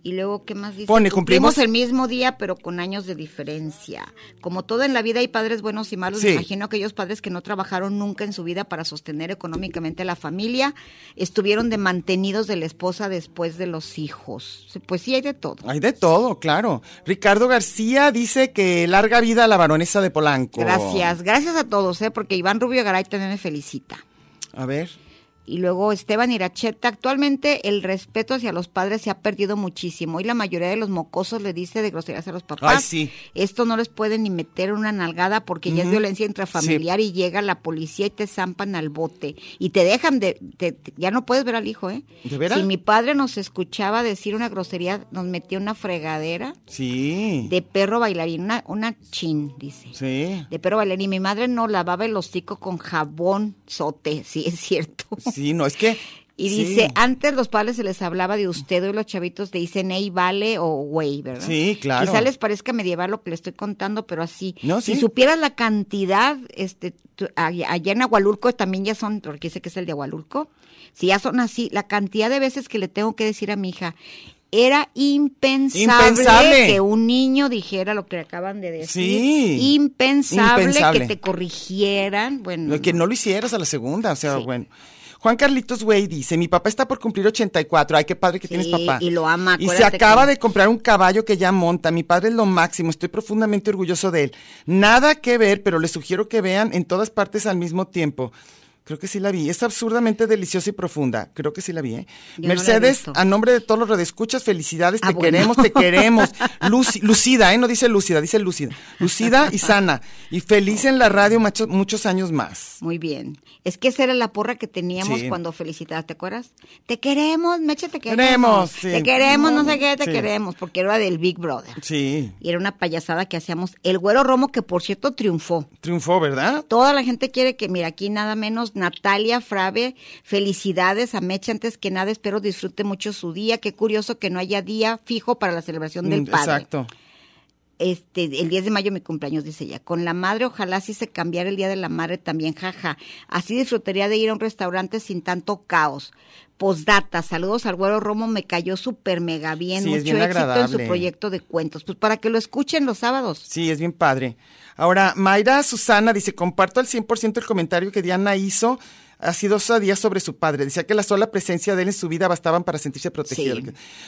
[SPEAKER 6] Y luego, ¿qué más dice?
[SPEAKER 3] Pone, cumplimos-
[SPEAKER 6] el mismo día, pero con años de diferencia. Como todo en la vida hay padres buenos y malos.
[SPEAKER 3] Sí.
[SPEAKER 6] Me imagino aquellos padres que no trabajaron nunca en su vida para sostener económicamente a la familia, estuvieron de mantenidos de la esposa después de los hijos. Pues sí, hay de todo.
[SPEAKER 3] Hay de todo, claro. Ricardo García dice que larga vida a la baronesa de Polanco.
[SPEAKER 6] Gracias, gracias a todos, ¿eh? porque Iván Rubio Garay también me felicita.
[SPEAKER 3] A ver.
[SPEAKER 6] Y luego Esteban Iracheta, actualmente el respeto hacia los padres se ha perdido muchísimo y la mayoría de los mocosos le dice de groserías a los papás.
[SPEAKER 3] Ay, sí.
[SPEAKER 6] Esto no les pueden ni meter una nalgada porque ya es violencia intrafamiliar y llega la policía y te zampan al bote y te dejan de, te- te- ya no puedes ver al hijo, ¿eh?
[SPEAKER 3] ¿De veras?
[SPEAKER 6] Si mi padre nos escuchaba decir una grosería, nos metía una fregadera
[SPEAKER 3] Sí.
[SPEAKER 6] de perro bailarín, una, una chin, dice.
[SPEAKER 3] Sí.
[SPEAKER 6] De perro bailarín. Mi madre no lavaba el hocico con jabón sote, sí es cierto.
[SPEAKER 3] Sí, no, es que.
[SPEAKER 6] Y
[SPEAKER 3] sí,
[SPEAKER 6] dice, ah, antes los padres se les hablaba de usted y los chavitos te dicen, hey, vale o güey, ¿verdad?
[SPEAKER 3] Sí, claro.
[SPEAKER 6] Quizá les parezca medieval lo que le estoy contando, pero así.
[SPEAKER 3] No, sí.
[SPEAKER 6] Si supieras la cantidad, este, tú- allá allá en Agualulco también ya son, porque dice que es el de Agualulco, si ya son así, la cantidad de veces que le tengo que decir a mi hija, era impensable,
[SPEAKER 3] Impensable.
[SPEAKER 6] que un niño dijera lo que acaban de decir.
[SPEAKER 3] Sí.
[SPEAKER 6] Impensable,
[SPEAKER 3] Impensable.
[SPEAKER 6] que te corrigieran. Bueno,
[SPEAKER 3] no, que no lo hicieras a la segunda, o sea,
[SPEAKER 6] Sí.
[SPEAKER 3] bueno. Juan Carlitos Güey dice, mi papá está por cumplir 84, ay, qué padre que
[SPEAKER 6] Sí,
[SPEAKER 3] tienes papá.
[SPEAKER 6] y lo ama,
[SPEAKER 3] Y se
[SPEAKER 6] acuérdate
[SPEAKER 3] acaba
[SPEAKER 6] que-
[SPEAKER 3] de comprar un caballo que ya monta, mi padre es lo máximo, estoy profundamente orgulloso de él. Nada que ver, pero les sugiero que vean en todas partes al mismo tiempo. Creo que sí la vi, es absurdamente deliciosa y profunda, creo que sí la vi,
[SPEAKER 6] Yo
[SPEAKER 3] ¿eh?
[SPEAKER 6] no la he
[SPEAKER 3] Mercedes,
[SPEAKER 6] visto.
[SPEAKER 3] a nombre de todos los redescuchas, felicidades,
[SPEAKER 6] Ah,
[SPEAKER 3] te
[SPEAKER 6] bueno.
[SPEAKER 3] queremos, te queremos. Luci- lucida, ¿eh? No dice lúcida, dice lúcida. Lucida y sana. Y feliz en la radio macho- muchos años más.
[SPEAKER 6] Muy bien. Es que esa era la porra que teníamos
[SPEAKER 3] Sí.
[SPEAKER 6] cuando felicitaste, ¿te acuerdas? Te queremos, Meche, te queremos.
[SPEAKER 3] Queremos, sí.
[SPEAKER 6] Te queremos, no sé qué, te
[SPEAKER 3] Sí.
[SPEAKER 6] queremos, porque era del Big Brother.
[SPEAKER 3] Sí,
[SPEAKER 6] Y era una payasada que hacíamos. El Güero Romo, que por cierto triunfó.
[SPEAKER 3] triunfó, ¿verdad?
[SPEAKER 6] Toda la gente quiere que, mira, aquí nada menos Natalia Frave, felicidades a Meche antes que nada, espero disfrute mucho su día. Qué curioso que no haya día fijo para la celebración del
[SPEAKER 3] Mm,
[SPEAKER 6] padre.
[SPEAKER 3] Exacto.
[SPEAKER 6] este, el 10 de mayo mi cumpleaños, dice ella. Con la madre, ojalá si se cambiara el día de la madre también, jaja. Así disfrutaría de ir a un restaurante sin tanto caos. Postdata, saludos al güero Romo, me cayó súper mega bien.
[SPEAKER 3] Sí,
[SPEAKER 6] Mucho
[SPEAKER 3] es bien
[SPEAKER 6] éxito en su
[SPEAKER 3] agradable.
[SPEAKER 6] proyecto de cuentos. Pues para que lo escuchen los sábados.
[SPEAKER 3] Sí, es bien padre. Ahora, Mayra Susana dice, comparto al 100% el comentario que Diana hizo hace dos días sobre su padre. Decía que la sola presencia de él en su vida bastaban para sentirse protegido.
[SPEAKER 6] Sí.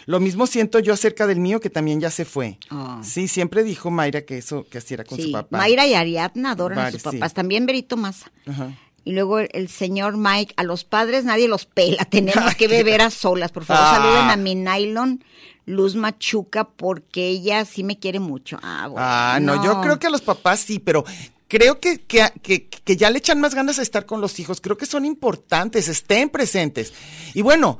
[SPEAKER 3] Lo mismo siento yo acerca del mío, que también ya se fue.
[SPEAKER 6] Ah.
[SPEAKER 3] Sí, siempre dijo Mayra que eso, que así era con su
[SPEAKER 6] Sí,
[SPEAKER 3] papá.
[SPEAKER 6] Mayra y Ariadna adoran a
[SPEAKER 3] Varios,
[SPEAKER 6] sus
[SPEAKER 3] sí.
[SPEAKER 6] papás. También Berito Massa.
[SPEAKER 3] Ajá.
[SPEAKER 6] Y luego el, el señor Mike, a los padres nadie los pela, tenemos que beber a solas. Por favor,
[SPEAKER 3] Ah.
[SPEAKER 6] saluden a mi nylon Luz Machuca porque ella sí me quiere mucho. Ah, bueno,
[SPEAKER 3] Ah, no, yo creo que a los papás sí, pero creo que, que, que- que ya le echan más ganas a estar con los hijos. Creo que son importantes, estén presentes. Y bueno,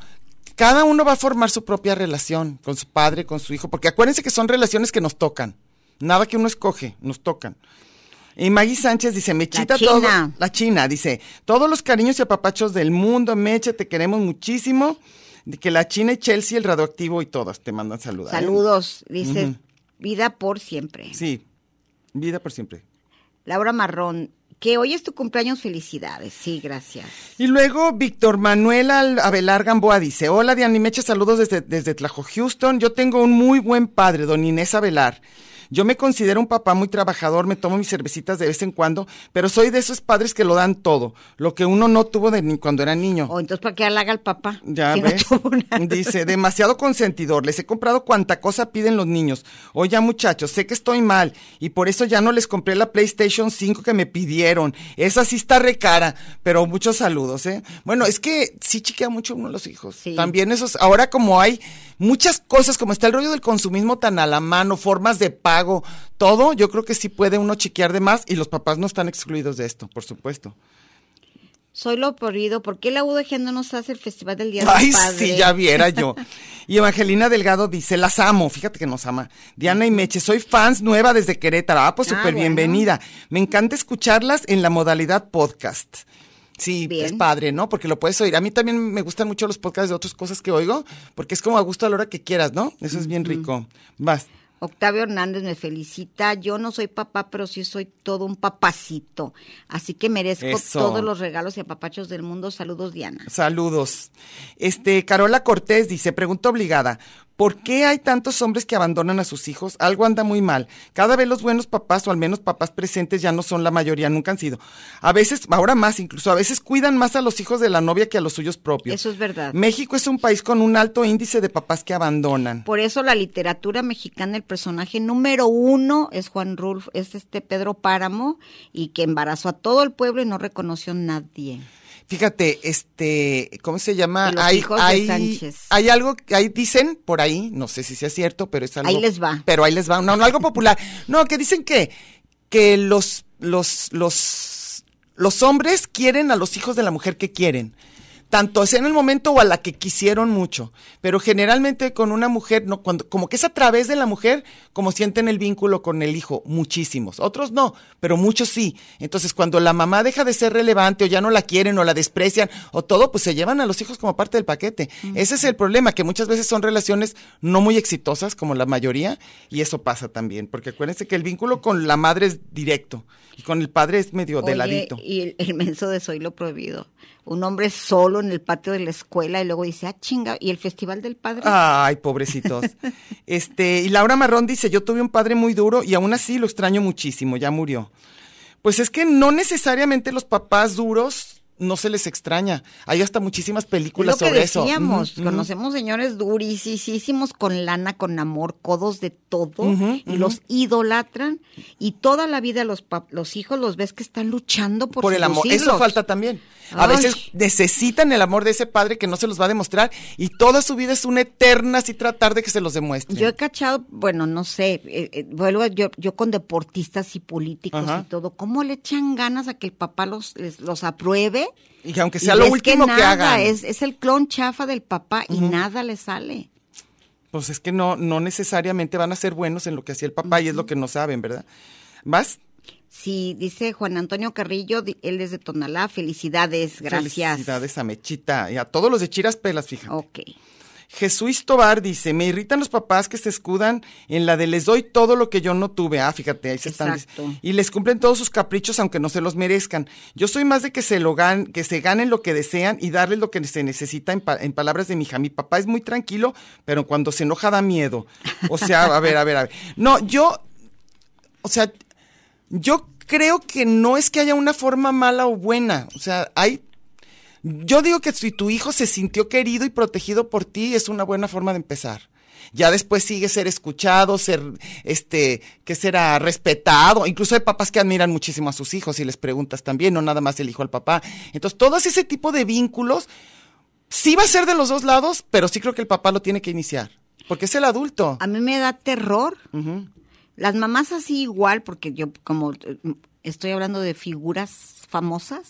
[SPEAKER 3] cada uno va a formar su propia relación con su padre, con su hijo, porque acuérdense que son relaciones que nos tocan. Nada que uno escoge, nos tocan. Y Maggie Sánchez dice, Mechita,
[SPEAKER 6] La
[SPEAKER 3] todo,
[SPEAKER 6] China.
[SPEAKER 3] la China, dice, todos los cariños y apapachos del mundo, Meche, te queremos muchísimo. De Que la China y Chelsea, el radioactivo y todas, te mandan saludar. ¿eh?
[SPEAKER 6] Saludos, dice,
[SPEAKER 3] Ujú.
[SPEAKER 6] vida por siempre.
[SPEAKER 3] Sí, vida por siempre.
[SPEAKER 6] Laura Marrón, que hoy es tu cumpleaños, felicidades. Sí, gracias.
[SPEAKER 3] Y luego Víctor Manuel Al- Abelar Gamboa dice, hola Diana y Meche, saludos desde, desde Tlajo, Houston. Yo tengo un muy buen padre, don Inés Abelar. Yo me considero un papá muy trabajador, me tomo mis cervecitas de vez en cuando, pero soy de esos padres que lo dan todo, lo que uno no tuvo de ni cuando era niño.
[SPEAKER 6] O Oh, entonces, ¿para qué halaga el papá?
[SPEAKER 3] Ya
[SPEAKER 6] Si no
[SPEAKER 3] ves.
[SPEAKER 6] tuvo nada.
[SPEAKER 3] Dice, demasiado consentidor. Les he comprado cuanta cosa piden los niños. Oye, muchachos, sé que estoy mal y por eso ya no les compré la PlayStation 5 que me pidieron. Esa sí está recara, pero muchos saludos, ¿eh? Bueno, es que sí chiquea mucho uno los hijos.
[SPEAKER 6] Sí.
[SPEAKER 3] También esos, ahora como hay muchas cosas, como está el rollo del consumismo tan a la mano, formas de pago, todo, yo creo que sí puede uno chiquear de más y los papás no están excluidos de esto, por supuesto.
[SPEAKER 6] Soy lo corrido, ¿por qué la UDG no E nos hace el Festival del Día del
[SPEAKER 3] Ay,
[SPEAKER 6] Padre?
[SPEAKER 3] sí, ya viera yo. Y Evangelina Delgado dice, las amo, fíjate que nos ama. Diana y Meche, soy fans nueva desde Querétaro. Ah, pues
[SPEAKER 6] Ah,
[SPEAKER 3] súper
[SPEAKER 6] bueno.
[SPEAKER 3] bienvenida. Me encanta escucharlas en la modalidad podcast. Sí,
[SPEAKER 6] Bien.
[SPEAKER 3] es padre, ¿no? Porque lo puedes oír. A mí también me gustan mucho los podcasts de otras cosas que oigo, porque es como a gusto a la hora que quieras, ¿no? Eso es bien rico. Vas.
[SPEAKER 6] Octavio Hernández me felicita. Yo no soy papá, pero sí soy todo un papacito. Así que merezco
[SPEAKER 3] Eso.
[SPEAKER 6] todos los regalos y apapachos del mundo. Saludos, Diana.
[SPEAKER 3] Saludos. Este, Carola Cortés dice, pregunta obligada. ¿Por qué hay tantos hombres que abandonan a sus hijos? Algo anda muy mal. Cada vez los buenos papás, o al menos papás presentes, ya no son la mayoría, nunca han sido. A veces, ahora más incluso, a veces cuidan más a los hijos de la novia que a los suyos propios.
[SPEAKER 6] Eso es verdad.
[SPEAKER 3] México es un país con un alto índice de papás que abandonan.
[SPEAKER 6] Por eso la literatura mexicana, el personaje número uno es Juan Rulfo, es este Pedro Páramo, y que embarazó a todo el pueblo y no reconoció a nadie.
[SPEAKER 3] Fíjate, este, ¿cómo se llama?
[SPEAKER 6] De los hijos de Sánchez.
[SPEAKER 3] hay algo que ahí dicen por ahí, no sé si sea cierto, pero es algo.
[SPEAKER 6] Ahí les va.
[SPEAKER 3] Pero ahí les va, no, no, algo popular. No, que dicen que, que los, los, los, los hombres quieren a los hijos de la mujer que quieren. Tanto sea en el momento o a la que quisieron mucho. Pero generalmente con una mujer, no, cuando, como que es a través de la mujer como sienten el vínculo con el hijo. Muchísimos. Otros no, pero muchos sí. Entonces, cuando la mamá deja de ser relevante o ya no la quieren o la desprecian o todo, pues se llevan a los hijos como parte del paquete. Ese es el problema, que muchas veces son relaciones no muy exitosas, como la mayoría, y eso pasa también. Porque acuérdense que el vínculo con la madre es directo y con el padre es medio
[SPEAKER 6] Oye,
[SPEAKER 3] de ladito.
[SPEAKER 6] Y el, el menso de Soy lo prohibido. Un hombre solo en el patio de la escuela y luego dice, ah, chinga, y el Festival del Padre.
[SPEAKER 3] Ay, pobrecitos. Este, y Laura Marrón dice, yo tuve un padre muy duro y aún así lo extraño muchísimo, ya murió. Pues es que no necesariamente los papás duros no se les extraña. Hay hasta muchísimas
[SPEAKER 6] Es lo
[SPEAKER 3] películas
[SPEAKER 6] que
[SPEAKER 3] sobre eso.
[SPEAKER 6] decíamos,
[SPEAKER 3] Ujú, ujú.
[SPEAKER 6] conocemos señores durisísimos con lana, con amor, codos de todo,
[SPEAKER 3] Ujú,
[SPEAKER 6] y
[SPEAKER 3] ujú.
[SPEAKER 6] los idolatran, y toda la vida los, pa- los hijos los ves que están luchando por,
[SPEAKER 3] por el
[SPEAKER 6] sus
[SPEAKER 3] amor. Eso
[SPEAKER 6] hijos.
[SPEAKER 3] falta también. A
[SPEAKER 6] Ay.
[SPEAKER 3] veces necesitan el amor de ese padre que no se los va a demostrar y toda su vida es una eterna así tratar de que se los demuestre.
[SPEAKER 6] Yo he cachado, bueno, no sé, eh, eh, vuelvo, a- yo, yo con deportistas y políticos
[SPEAKER 3] Ajá.
[SPEAKER 6] y todo, ¿cómo le echan ganas a que el papá los, les- los apruebe?
[SPEAKER 3] y que aunque
[SPEAKER 6] Y
[SPEAKER 3] sea lo
[SPEAKER 6] ves
[SPEAKER 3] último que,
[SPEAKER 6] nada,
[SPEAKER 3] hagan.
[SPEAKER 6] Es, es el clon chafa del papá y nada le sale.
[SPEAKER 3] Pues es que no, no necesariamente van a ser buenos en lo que hacía el papá y es lo que no saben, ¿verdad? ¿Vas?
[SPEAKER 6] Sí, dice Juan Antonio Carrillo, di- él es de Tonalá, felicidades, gracias.
[SPEAKER 3] Felicidades a Mechita y a todos los de Chiras Pelas, fija.
[SPEAKER 6] Ok.
[SPEAKER 3] Jesús Tobar dice, me irritan los papás que se escudan en la de les doy todo lo que yo no tuve. Ah, fíjate, ahí se están.
[SPEAKER 6] Exacto.
[SPEAKER 3] Y les cumplen todos sus caprichos aunque no se los merezcan. Yo soy más de que se, lo gan- que se ganen lo que desean y darles lo que se necesita en, pa- en palabras de mi hija. Mi papá es muy tranquilo, pero cuando se enoja da miedo. O sea, a ver, a ver, a ver. No, yo, o sea, yo creo que no es que haya una forma mala o buena. O sea, hay yo digo que si tu hijo se sintió querido y protegido por ti, es una buena forma de empezar. Ya después sigue ser escuchado, ser, este, que será respetado. Incluso hay papás que admiran muchísimo a sus hijos y les preguntas también, no nada más el hijo al papá. Entonces, todos ese tipo de vínculos, sí va a ser de los dos lados, pero sí creo que el papá lo tiene que iniciar. Porque es el adulto.
[SPEAKER 6] A mí me da terror. Las mamás así igual, porque yo como eh, estoy hablando de figuras famosas,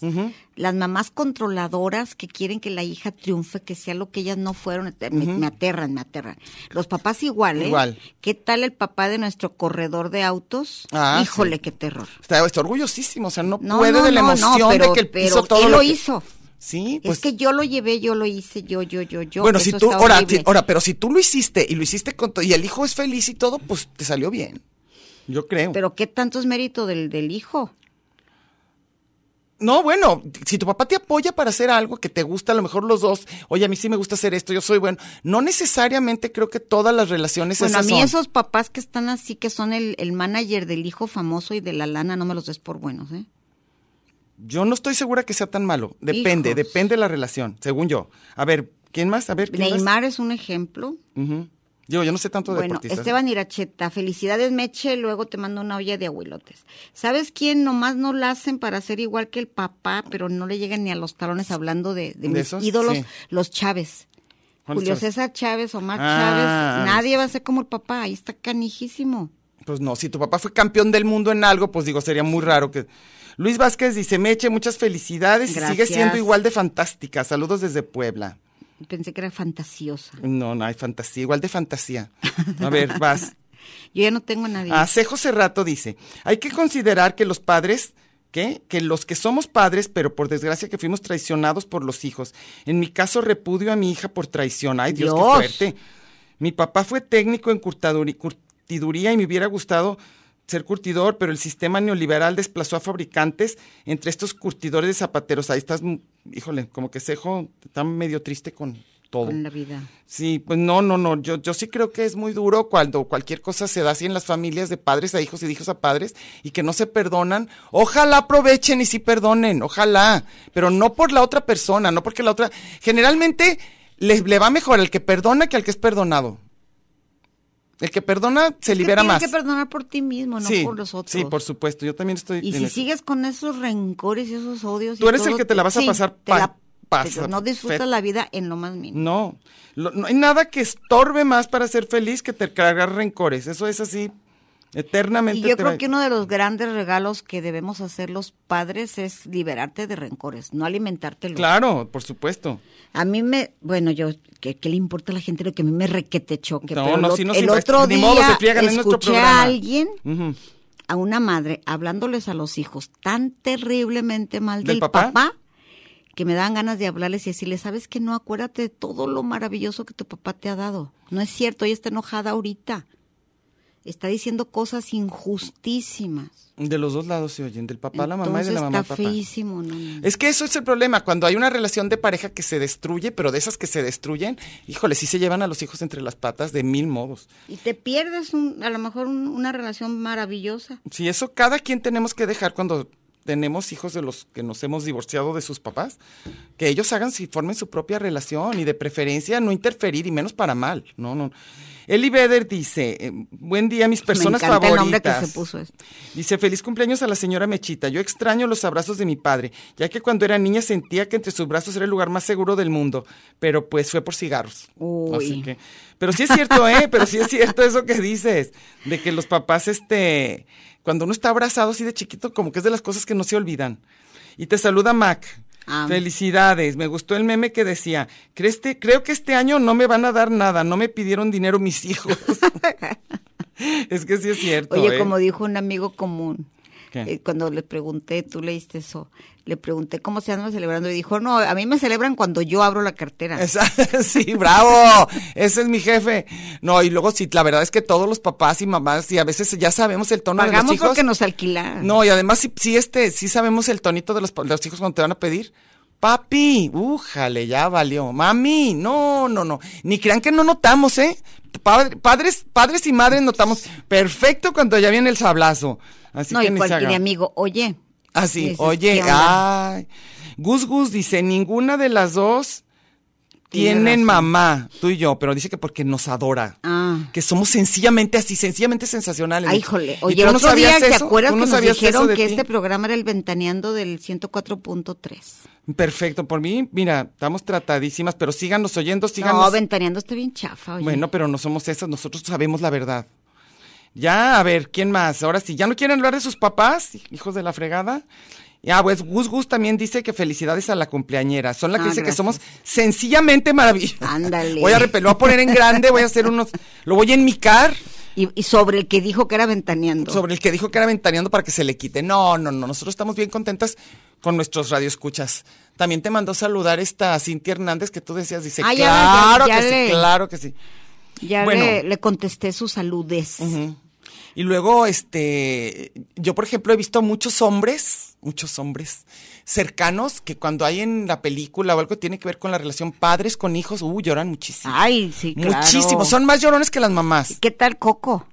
[SPEAKER 6] las mamás controladoras que quieren que la hija triunfe, que sea lo que ellas no fueron, eh, me, me aterran, me aterran. Los papás igual, ¿eh?
[SPEAKER 3] Igual.
[SPEAKER 6] ¿Qué tal el papá de nuestro corredor de autos?
[SPEAKER 3] Ah,
[SPEAKER 6] Híjole,
[SPEAKER 3] sí.
[SPEAKER 6] qué terror.
[SPEAKER 3] Está, está orgullosísimo, o sea, no,
[SPEAKER 6] No,
[SPEAKER 3] puede
[SPEAKER 6] no,
[SPEAKER 3] de la
[SPEAKER 6] no, no,
[SPEAKER 3] emoción
[SPEAKER 6] pero-
[SPEAKER 3] de que él
[SPEAKER 6] pero
[SPEAKER 3] hizo todo
[SPEAKER 6] él lo
[SPEAKER 3] que-
[SPEAKER 6] hizo.
[SPEAKER 3] Sí, pues
[SPEAKER 6] es que yo lo llevé, yo lo hice, yo, yo, yo, yo.
[SPEAKER 3] bueno, si
[SPEAKER 6] Eso
[SPEAKER 3] tú,
[SPEAKER 6] está
[SPEAKER 3] ahora,
[SPEAKER 6] horrible.
[SPEAKER 3] ti- ahora, pero si tú lo hiciste y lo hiciste con todo, y el hijo es feliz y todo, pues te salió bien. Yo creo.
[SPEAKER 6] Pero qué tanto es mérito del, del hijo.
[SPEAKER 3] no, bueno, si tu papá te apoya para hacer algo que te gusta, a lo mejor los dos, oye, a mí sí me gusta hacer esto, yo soy bueno. No necesariamente creo que todas las relaciones
[SPEAKER 6] Bueno, a
[SPEAKER 3] esas
[SPEAKER 6] mí
[SPEAKER 3] son.
[SPEAKER 6] esos papás que están así, que son el, el manager del hijo famoso y de la lana, no me los des por buenos, ¿eh?
[SPEAKER 3] Yo no estoy segura que sea tan malo. Depende,
[SPEAKER 6] Hijos.
[SPEAKER 3] depende de la relación, según yo. A ver, ¿quién más? A ver, ¿quién más?
[SPEAKER 6] Neymar es un ejemplo.
[SPEAKER 3] Ujú. Yo, yo no sé tanto de
[SPEAKER 6] Bueno,
[SPEAKER 3] deportistas.
[SPEAKER 6] Esteban Iracheta, felicidades Meche, luego te mando una olla de abuelotes. ¿Sabes quién nomás no la hacen para ser igual que el papá, pero no le llegan ni a los talones hablando de, de
[SPEAKER 3] ¿De
[SPEAKER 6] mis
[SPEAKER 3] esos?
[SPEAKER 6] ídolos,
[SPEAKER 3] Sí.
[SPEAKER 6] los Chávez?
[SPEAKER 3] ¿Cuáles
[SPEAKER 6] Julio
[SPEAKER 3] Chávez?
[SPEAKER 6] César Chávez, Omar
[SPEAKER 3] Ah.
[SPEAKER 6] Chávez, nadie va a ser como el papá, ahí está canijísimo.
[SPEAKER 3] Pues no, si tu papá fue campeón del mundo en algo, pues digo, sería muy raro que... Luis Vázquez dice, Meche, muchas felicidades y sigue
[SPEAKER 6] Gracias.
[SPEAKER 3] siendo igual de fantástica. Saludos desde Puebla.
[SPEAKER 6] Pensé que era fantasiosa.
[SPEAKER 3] No, no hay fantasía, igual de fantasía. A ver, vas.
[SPEAKER 6] Yo ya no tengo a nadie.
[SPEAKER 3] Acejo Cerrato dice, hay que considerar que los padres, ¿qué? Que los que somos padres, pero por desgracia que fuimos traicionados por los hijos. En mi caso, repudio a mi hija por traición. Ay, Dios,
[SPEAKER 6] Dios.
[SPEAKER 3] qué fuerte. Mi papá fue técnico en curtaduri- curtiduría y me hubiera gustado ser curtidor, pero el sistema neoliberal desplazó a fabricantes entre estos curtidores de zapateros. Ahí estás, mm, híjole, como que Cejo está medio triste con todo.
[SPEAKER 6] con la vida.
[SPEAKER 3] Sí, pues no, no, no. Yo, yo sí creo que es muy duro cuando cualquier cosa se da así en las familias de padres a hijos y de hijos a padres y que no se perdonan. Ojalá aprovechen y sí perdonen, ojalá. Pero no por la otra persona, no porque la otra. Generalmente le, le va mejor al que perdona que al que es perdonado. El que perdona se
[SPEAKER 6] Es que
[SPEAKER 3] libera más.
[SPEAKER 6] Tienes que perdonar por ti mismo, no por los otros.
[SPEAKER 3] sí, por supuesto. Yo también estoy.
[SPEAKER 6] Y
[SPEAKER 3] en
[SPEAKER 6] si
[SPEAKER 3] eso.
[SPEAKER 6] sigues con esos rencores y esos odios. y
[SPEAKER 3] Tú eres el
[SPEAKER 6] todo,
[SPEAKER 3] que te la vas a
[SPEAKER 6] sí,
[SPEAKER 3] pasar
[SPEAKER 6] te
[SPEAKER 3] pa-
[SPEAKER 6] la-
[SPEAKER 3] pasa-
[SPEAKER 6] pero no disfrutas
[SPEAKER 3] fet-
[SPEAKER 6] la vida en lo más mínimo.
[SPEAKER 3] No, Lo- no hay nada que estorbe más para ser feliz que te cargar rencores. Eso es así eternamente.
[SPEAKER 6] Y yo
[SPEAKER 3] te va-
[SPEAKER 6] creo que uno de los grandes regalos que debemos hacer los padres es liberarte de rencores, no alimentártelo.
[SPEAKER 3] Claro, por supuesto.
[SPEAKER 6] A mí me, bueno, yo, ¿qué, qué le importa a la gente lo que a mí me requete choque?
[SPEAKER 3] No,
[SPEAKER 6] pero
[SPEAKER 3] no,
[SPEAKER 6] el ot-
[SPEAKER 3] sí nos
[SPEAKER 6] el
[SPEAKER 3] inves-
[SPEAKER 6] otro
[SPEAKER 3] ni
[SPEAKER 6] día
[SPEAKER 3] modo, se friegan en nuestro
[SPEAKER 6] escuché a
[SPEAKER 3] programa.
[SPEAKER 6] alguien,
[SPEAKER 3] Ujú.
[SPEAKER 6] a una madre, hablándoles a los hijos tan terriblemente mal
[SPEAKER 3] ¿Del
[SPEAKER 6] del,
[SPEAKER 3] papá?
[SPEAKER 6] papá? que me dan ganas de hablarles y decirles, ¿sabes que No, acuérdate de todo lo maravilloso que tu papá te ha dado. No es cierto, ella está enojada ahorita. Está diciendo cosas injustísimas.
[SPEAKER 3] De los dos lados se oyen, del papá a la mamá y
[SPEAKER 6] Entonces
[SPEAKER 3] de la mamá al
[SPEAKER 6] está
[SPEAKER 3] papá.
[SPEAKER 6] feísimo, no, no, no.
[SPEAKER 3] Es que eso es el problema, cuando hay una relación de pareja que se destruye, pero de esas que se destruyen, híjole, sí se llevan a los hijos entre las patas de mil modos.
[SPEAKER 6] Y te pierdes un- a lo mejor un- una relación maravillosa.
[SPEAKER 3] Sí, eso cada quien tenemos que dejar cuando tenemos hijos de los que nos hemos divorciado de sus papás, que ellos hagan si formen su propia relación y de preferencia no interferir y menos para mal. No, no. Eli Beder dice, eh, buen día mis personas
[SPEAKER 6] me encanta
[SPEAKER 3] favoritas.
[SPEAKER 6] el nombre que se puso. esto.
[SPEAKER 3] Dice, feliz cumpleaños a la señora Mechita. Yo extraño los abrazos de mi padre, ya que cuando era niña sentía que entre sus brazos era el lugar más seguro del mundo, pero pues fue por cigarros.
[SPEAKER 6] Uy.
[SPEAKER 3] Así que, pero sí es cierto, ¿eh? Pero sí es cierto eso que dices, de que los papás, este, cuando uno está abrazado así de chiquito, como que es de las cosas que no se olvidan. Y te saluda Mac.
[SPEAKER 6] Ah.
[SPEAKER 3] Felicidades, me gustó el meme que decía, "Crees te- creo que este año no me van a dar nada, no me pidieron dinero mis hijos. es que sí es cierto.
[SPEAKER 6] Oye,
[SPEAKER 3] ¿eh?
[SPEAKER 6] como dijo un amigo común,
[SPEAKER 9] ¿Qué?
[SPEAKER 6] eh, cuando le pregunté, tú leíste eso, le pregunté cómo se andan celebrando y dijo, no, a mí me celebran cuando yo abro la cartera.
[SPEAKER 3] Esa- sí, bravo. Ese es mi jefe. No, y luego sí, la verdad es que todos los papás y mamás, y a veces ya sabemos el tono de los
[SPEAKER 6] Pagamos
[SPEAKER 3] hijos.
[SPEAKER 6] porque nos alquilan.
[SPEAKER 3] No, y además sí, sí, este, sí sabemos el tonito de los, de los hijos cuando te van a pedir. Papi, újale, ya valió. Mami, no, no, no. Ni crean que no notamos, ¿eh? Padre- padres, padres y madres notamos perfecto cuando ya viene el sablazo. Así
[SPEAKER 6] no,
[SPEAKER 3] que
[SPEAKER 6] y
[SPEAKER 3] ni se
[SPEAKER 6] cualquier
[SPEAKER 3] hagan.
[SPEAKER 6] amigo, oye.
[SPEAKER 3] Así,
[SPEAKER 6] Dices,
[SPEAKER 3] oye,
[SPEAKER 6] ¿qué onda?
[SPEAKER 3] ay. Gus Gus dice, ninguna de las dos
[SPEAKER 6] Tiene
[SPEAKER 3] tienen
[SPEAKER 6] razón.
[SPEAKER 3] mamá, tú y yo, pero dice que porque nos adora.
[SPEAKER 6] Ah.
[SPEAKER 3] Que somos sencillamente así, sencillamente sensacionales.
[SPEAKER 6] Ay,
[SPEAKER 3] Nick.
[SPEAKER 6] híjole.
[SPEAKER 3] ¿Y
[SPEAKER 6] Oye,
[SPEAKER 3] tú
[SPEAKER 6] el
[SPEAKER 3] no
[SPEAKER 6] otro día,
[SPEAKER 3] sabías
[SPEAKER 6] ¿te
[SPEAKER 3] eso?
[SPEAKER 6] acuerdas
[SPEAKER 3] ¿Tú
[SPEAKER 6] que
[SPEAKER 3] no
[SPEAKER 6] nos
[SPEAKER 3] sabías eso
[SPEAKER 6] dijeron
[SPEAKER 3] de
[SPEAKER 6] que
[SPEAKER 3] ti?
[SPEAKER 6] este programa era el Ventaneando del 104.3?
[SPEAKER 3] Perfecto, por mí, mira, estamos tratadísimas, pero síganos oyendo, síganos.
[SPEAKER 6] No, Ventaneando está bien chafa, oye.
[SPEAKER 3] Bueno, pero no somos esas, nosotros sabemos la verdad. Ya, a ver, ¿quién más? Ahora sí, ¿ya no quieren hablar de sus papás, hijos de la fregada? Ya, pues Gus Gus también dice que felicidades a la cumpleañera. Son las que
[SPEAKER 6] Ah,
[SPEAKER 3] dice que
[SPEAKER 6] gracias.
[SPEAKER 3] somos sencillamente maravillosas.
[SPEAKER 6] Ándale.
[SPEAKER 3] Voy a repetir, lo voy a poner en grande, voy a hacer unos. Lo voy a enmicar
[SPEAKER 6] Y, y sobre el que dijo que era Ventaneando.
[SPEAKER 3] sobre el que dijo que era ventaneando para que se le quite. No, no, no. Nosotros estamos bien contentas con nuestros radioescuchas. También te mandó saludar esta Cintia Hernández que tú decías, dice,
[SPEAKER 6] Ah, ya, ya,
[SPEAKER 3] claro
[SPEAKER 6] ya
[SPEAKER 3] que
[SPEAKER 6] le-
[SPEAKER 3] sí, claro que sí.
[SPEAKER 6] Ya
[SPEAKER 3] Bueno.
[SPEAKER 6] le, le contesté sus saludes.
[SPEAKER 3] Ujú. Y luego, este, yo por ejemplo he visto muchos hombres, muchos hombres cercanos que cuando hay en la película o algo que tiene que ver con la relación padres con hijos, uh, lloran muchísimo.
[SPEAKER 6] Ay, sí, claro.
[SPEAKER 3] Muchísimo, son más llorones que las mamás.
[SPEAKER 6] ¿Qué tal Coco?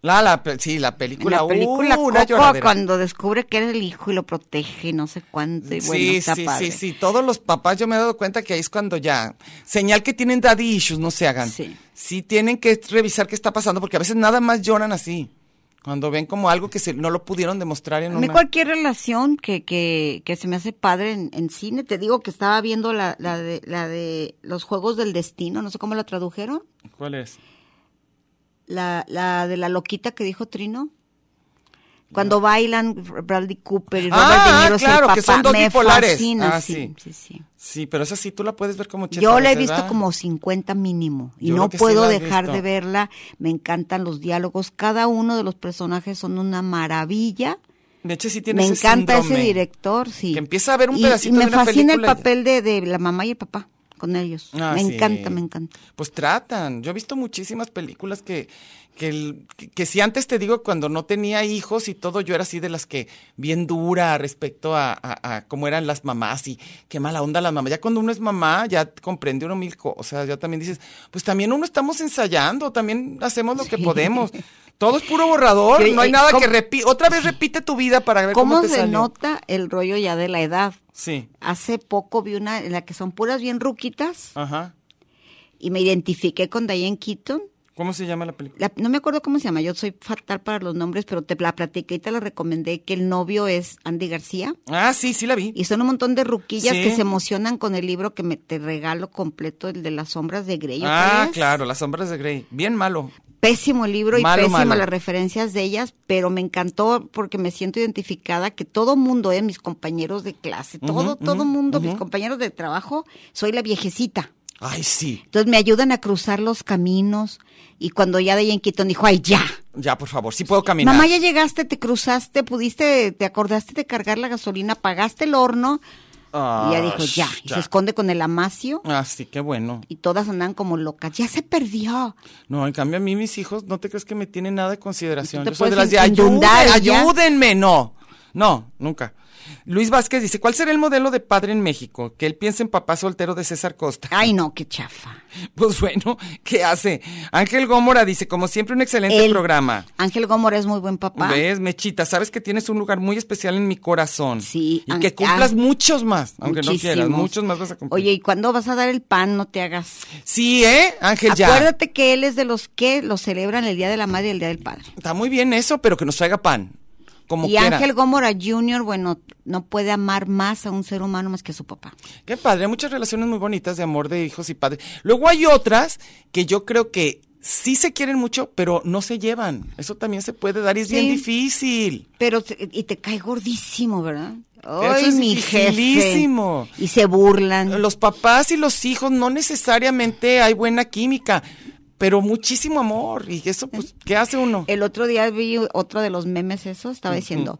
[SPEAKER 3] La, la, pe- sí, la
[SPEAKER 6] En
[SPEAKER 3] película,
[SPEAKER 6] la película
[SPEAKER 3] uh, una
[SPEAKER 6] Coco,
[SPEAKER 3] lloradera.
[SPEAKER 6] cuando descubre que era el hijo y lo protege y no sé cuánto, y bueno,
[SPEAKER 3] sí,
[SPEAKER 6] está
[SPEAKER 3] sí,
[SPEAKER 6] padre.
[SPEAKER 3] sí, sí. Todos los papás yo me he dado cuenta que ahí es cuando ya. Señal que tienen daddy issues, no se hagan.
[SPEAKER 6] Sí.
[SPEAKER 3] Sí, tienen que revisar qué está pasando, porque a veces nada más lloran así. Cuando ven como algo que se, no lo pudieron demostrar en
[SPEAKER 6] A mí
[SPEAKER 3] una.
[SPEAKER 6] cualquier relación que, que, que se me hace padre en, en cine, te digo que estaba viendo la, la, de, la de los Juegos del Destino, no sé cómo la tradujeron,
[SPEAKER 3] ¿Cuál es?
[SPEAKER 6] la, la de la loquita que dijo Trino. Cuando bailan Bradley Cooper y Robert
[SPEAKER 3] Ah,
[SPEAKER 6] De Niro es el
[SPEAKER 3] claro,
[SPEAKER 6] papá,
[SPEAKER 3] que son dos
[SPEAKER 6] me
[SPEAKER 3] bipolares.
[SPEAKER 6] fascina,
[SPEAKER 3] Ah,
[SPEAKER 6] sí, sí,
[SPEAKER 3] sí.
[SPEAKER 6] sí.
[SPEAKER 3] Sí, pero esa sí tú la puedes ver como cheta,
[SPEAKER 6] Yo la he
[SPEAKER 3] ¿verdad?
[SPEAKER 6] visto como 50 mínimo y
[SPEAKER 3] Yo creo
[SPEAKER 6] no
[SPEAKER 3] que sí
[SPEAKER 6] puedo
[SPEAKER 3] la he
[SPEAKER 6] dejar
[SPEAKER 3] visto.
[SPEAKER 6] de verla. Me encantan los diálogos. Cada uno de los personajes son una maravilla.
[SPEAKER 3] De hecho, sí tiene
[SPEAKER 6] Me
[SPEAKER 3] ese
[SPEAKER 6] encanta ese
[SPEAKER 3] síndrome.
[SPEAKER 6] director, sí.
[SPEAKER 3] Que empieza a ver un
[SPEAKER 6] Y-
[SPEAKER 3] pedacito
[SPEAKER 6] Y me
[SPEAKER 3] de una
[SPEAKER 6] fascina el
[SPEAKER 3] película y-
[SPEAKER 6] papel de, de la mamá y el papá con ellos.
[SPEAKER 3] Ah,
[SPEAKER 6] me
[SPEAKER 3] sí.
[SPEAKER 6] encanta, me encanta.
[SPEAKER 3] Pues tratan. Yo he visto muchísimas películas que, que, el- que- que si antes te digo, cuando no tenía hijos y todo, yo era así de las que bien dura respecto a, a- a cómo eran las mamás y qué mala onda las mamás. Ya cuando uno es mamá, ya comprende uno mil cosas. Ya también dices, pues también uno estamos ensayando, también hacemos lo que podemos. Todo es puro borrador,
[SPEAKER 6] Yo-
[SPEAKER 3] no hay
[SPEAKER 6] eh,
[SPEAKER 3] nada
[SPEAKER 6] ¿cómo-
[SPEAKER 3] que repita. Otra vez repite tu vida para ver cómo,
[SPEAKER 6] ¿Cómo
[SPEAKER 3] te
[SPEAKER 6] se
[SPEAKER 3] salió.
[SPEAKER 6] nota el rollo ya de la edad?
[SPEAKER 3] Sí,
[SPEAKER 6] Hace poco vi una en la que son puras bien ruquitas
[SPEAKER 3] ajá.
[SPEAKER 6] y me identifiqué con Diane Keaton.
[SPEAKER 3] ¿Cómo se llama la película?
[SPEAKER 6] La- no me acuerdo cómo se llama, yo soy fatal para los nombres, pero te la platiqué y te la recomendé que el novio es Andy García.
[SPEAKER 3] Ah, sí, sí la vi.
[SPEAKER 6] Y son un montón de ruquillas
[SPEAKER 3] Sí.
[SPEAKER 6] que se emocionan con el libro que me te regalo completo, el de las sombras de Grey. ¿o cuál
[SPEAKER 3] Ah,
[SPEAKER 6] es?
[SPEAKER 3] claro, Las sombras de Grey. Bien malo.
[SPEAKER 6] Pésimo el libro y
[SPEAKER 3] Malo,
[SPEAKER 6] pésimo
[SPEAKER 3] malo.
[SPEAKER 6] las referencias de ellas, pero me encantó porque me siento identificada que todo mundo, eh, mis compañeros de clase, todo, todo mundo, mis compañeros de trabajo, soy la viejecita.
[SPEAKER 3] Ay, sí.
[SPEAKER 6] Entonces me ayudan a cruzar los caminos y cuando ya de ahí en Quito dijo, ay, ya,
[SPEAKER 3] Ya, por favor, sí puedo caminar.
[SPEAKER 6] Mamá, ya llegaste, te cruzaste, pudiste, te acordaste de cargar la gasolina, pagaste el horno. y ya
[SPEAKER 3] Ah,
[SPEAKER 6] dijo, ya. Y
[SPEAKER 3] ya.
[SPEAKER 6] se esconde con el amacio
[SPEAKER 3] Ah, sí, qué bueno.
[SPEAKER 6] y todas andan como locas. Ya se perdió.
[SPEAKER 3] No, en cambio a mí mis hijos, no te crees que me tienen nada de consideración.
[SPEAKER 6] Y tú te
[SPEAKER 3] Yo soy de las
[SPEAKER 6] puedes
[SPEAKER 3] de
[SPEAKER 6] inundar
[SPEAKER 3] ayúdenme,
[SPEAKER 6] ya.
[SPEAKER 3] ayúdenme, no. No, nunca. Luis Vázquez dice, ¿cuál será el modelo de padre en México? Que él piense en papá soltero de César Costa.
[SPEAKER 6] Ay, no, qué chafa.
[SPEAKER 3] Pues bueno, ¿qué hace? Ángel Gómora dice, como siempre, un excelente
[SPEAKER 6] El-
[SPEAKER 3] este programa.
[SPEAKER 6] Ángel Gómora es muy buen papá.
[SPEAKER 3] ¿Ves, Mechita? Sabes que tienes un lugar muy especial en mi corazón.
[SPEAKER 6] Sí,
[SPEAKER 3] Y que
[SPEAKER 6] ah,
[SPEAKER 3] cumplas
[SPEAKER 6] ah,
[SPEAKER 3] muchos más, aunque no quieras,
[SPEAKER 6] Muchísimos.
[SPEAKER 3] muchos más vas a cumplir.
[SPEAKER 6] Oye, ¿y cuándo vas a dar el pan? No te hagas.
[SPEAKER 3] sí, ¿eh? Ángel, ya.
[SPEAKER 6] Acuérdate que él es de los que lo celebran el Día de la Madre y el Día del Padre.
[SPEAKER 3] Está muy bien eso, pero que nos traiga pan. Como
[SPEAKER 6] y
[SPEAKER 3] quiera.
[SPEAKER 6] Ángel Gómora Jr., bueno, no puede amar más a un ser humano más que a su papá.
[SPEAKER 3] Qué padre, hay muchas relaciones muy bonitas de amor de hijos y padres. Luego hay otras que yo creo que sí se quieren mucho, pero no se llevan. Eso también se puede dar y es bien
[SPEAKER 6] Sí.
[SPEAKER 3] difícil.
[SPEAKER 6] Pero, te- y te cae gordísimo, ¿verdad?
[SPEAKER 3] Eso
[SPEAKER 6] Ay,
[SPEAKER 3] es
[SPEAKER 6] mi jefe.
[SPEAKER 3] dificilísimo.
[SPEAKER 6] Y se burlan.
[SPEAKER 3] Los papás y los hijos no necesariamente hay buena química, pero muchísimo amor. Y eso,
[SPEAKER 6] Eh.
[SPEAKER 3] pues, ¿qué hace uno?
[SPEAKER 6] El otro día vi otro de los memes, eso estaba diciendo.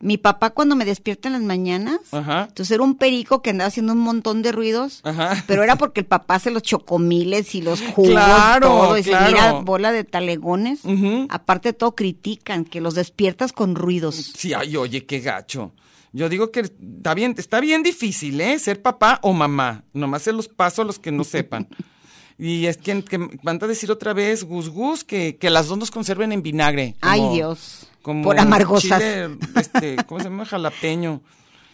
[SPEAKER 6] Mi papá cuando me despierta en las mañanas,
[SPEAKER 3] Ajá.
[SPEAKER 6] entonces era un perico que andaba haciendo un montón de ruidos,
[SPEAKER 3] Ajá.
[SPEAKER 6] pero era porque el papá se los chocomiles y los jugos,
[SPEAKER 3] Claro,
[SPEAKER 6] todo, y se
[SPEAKER 3] claro.
[SPEAKER 6] mira bola de talegones.
[SPEAKER 3] Ujú.
[SPEAKER 6] Aparte de todo, critican que los despiertas con ruidos.
[SPEAKER 3] Sí, ay, oye, qué gacho. Yo digo que está bien, está bien difícil, ¿eh? Ser papá o mamá. Nomás se los paso a los que no sepan. Y es quien que van a decir otra vez, Gus Gus, que, que las dos nos conserven en vinagre. como-
[SPEAKER 6] Ay, Dios.
[SPEAKER 3] Como
[SPEAKER 6] Por amargosas.
[SPEAKER 3] chile, este, ¿Cómo se llama? Jalapeño.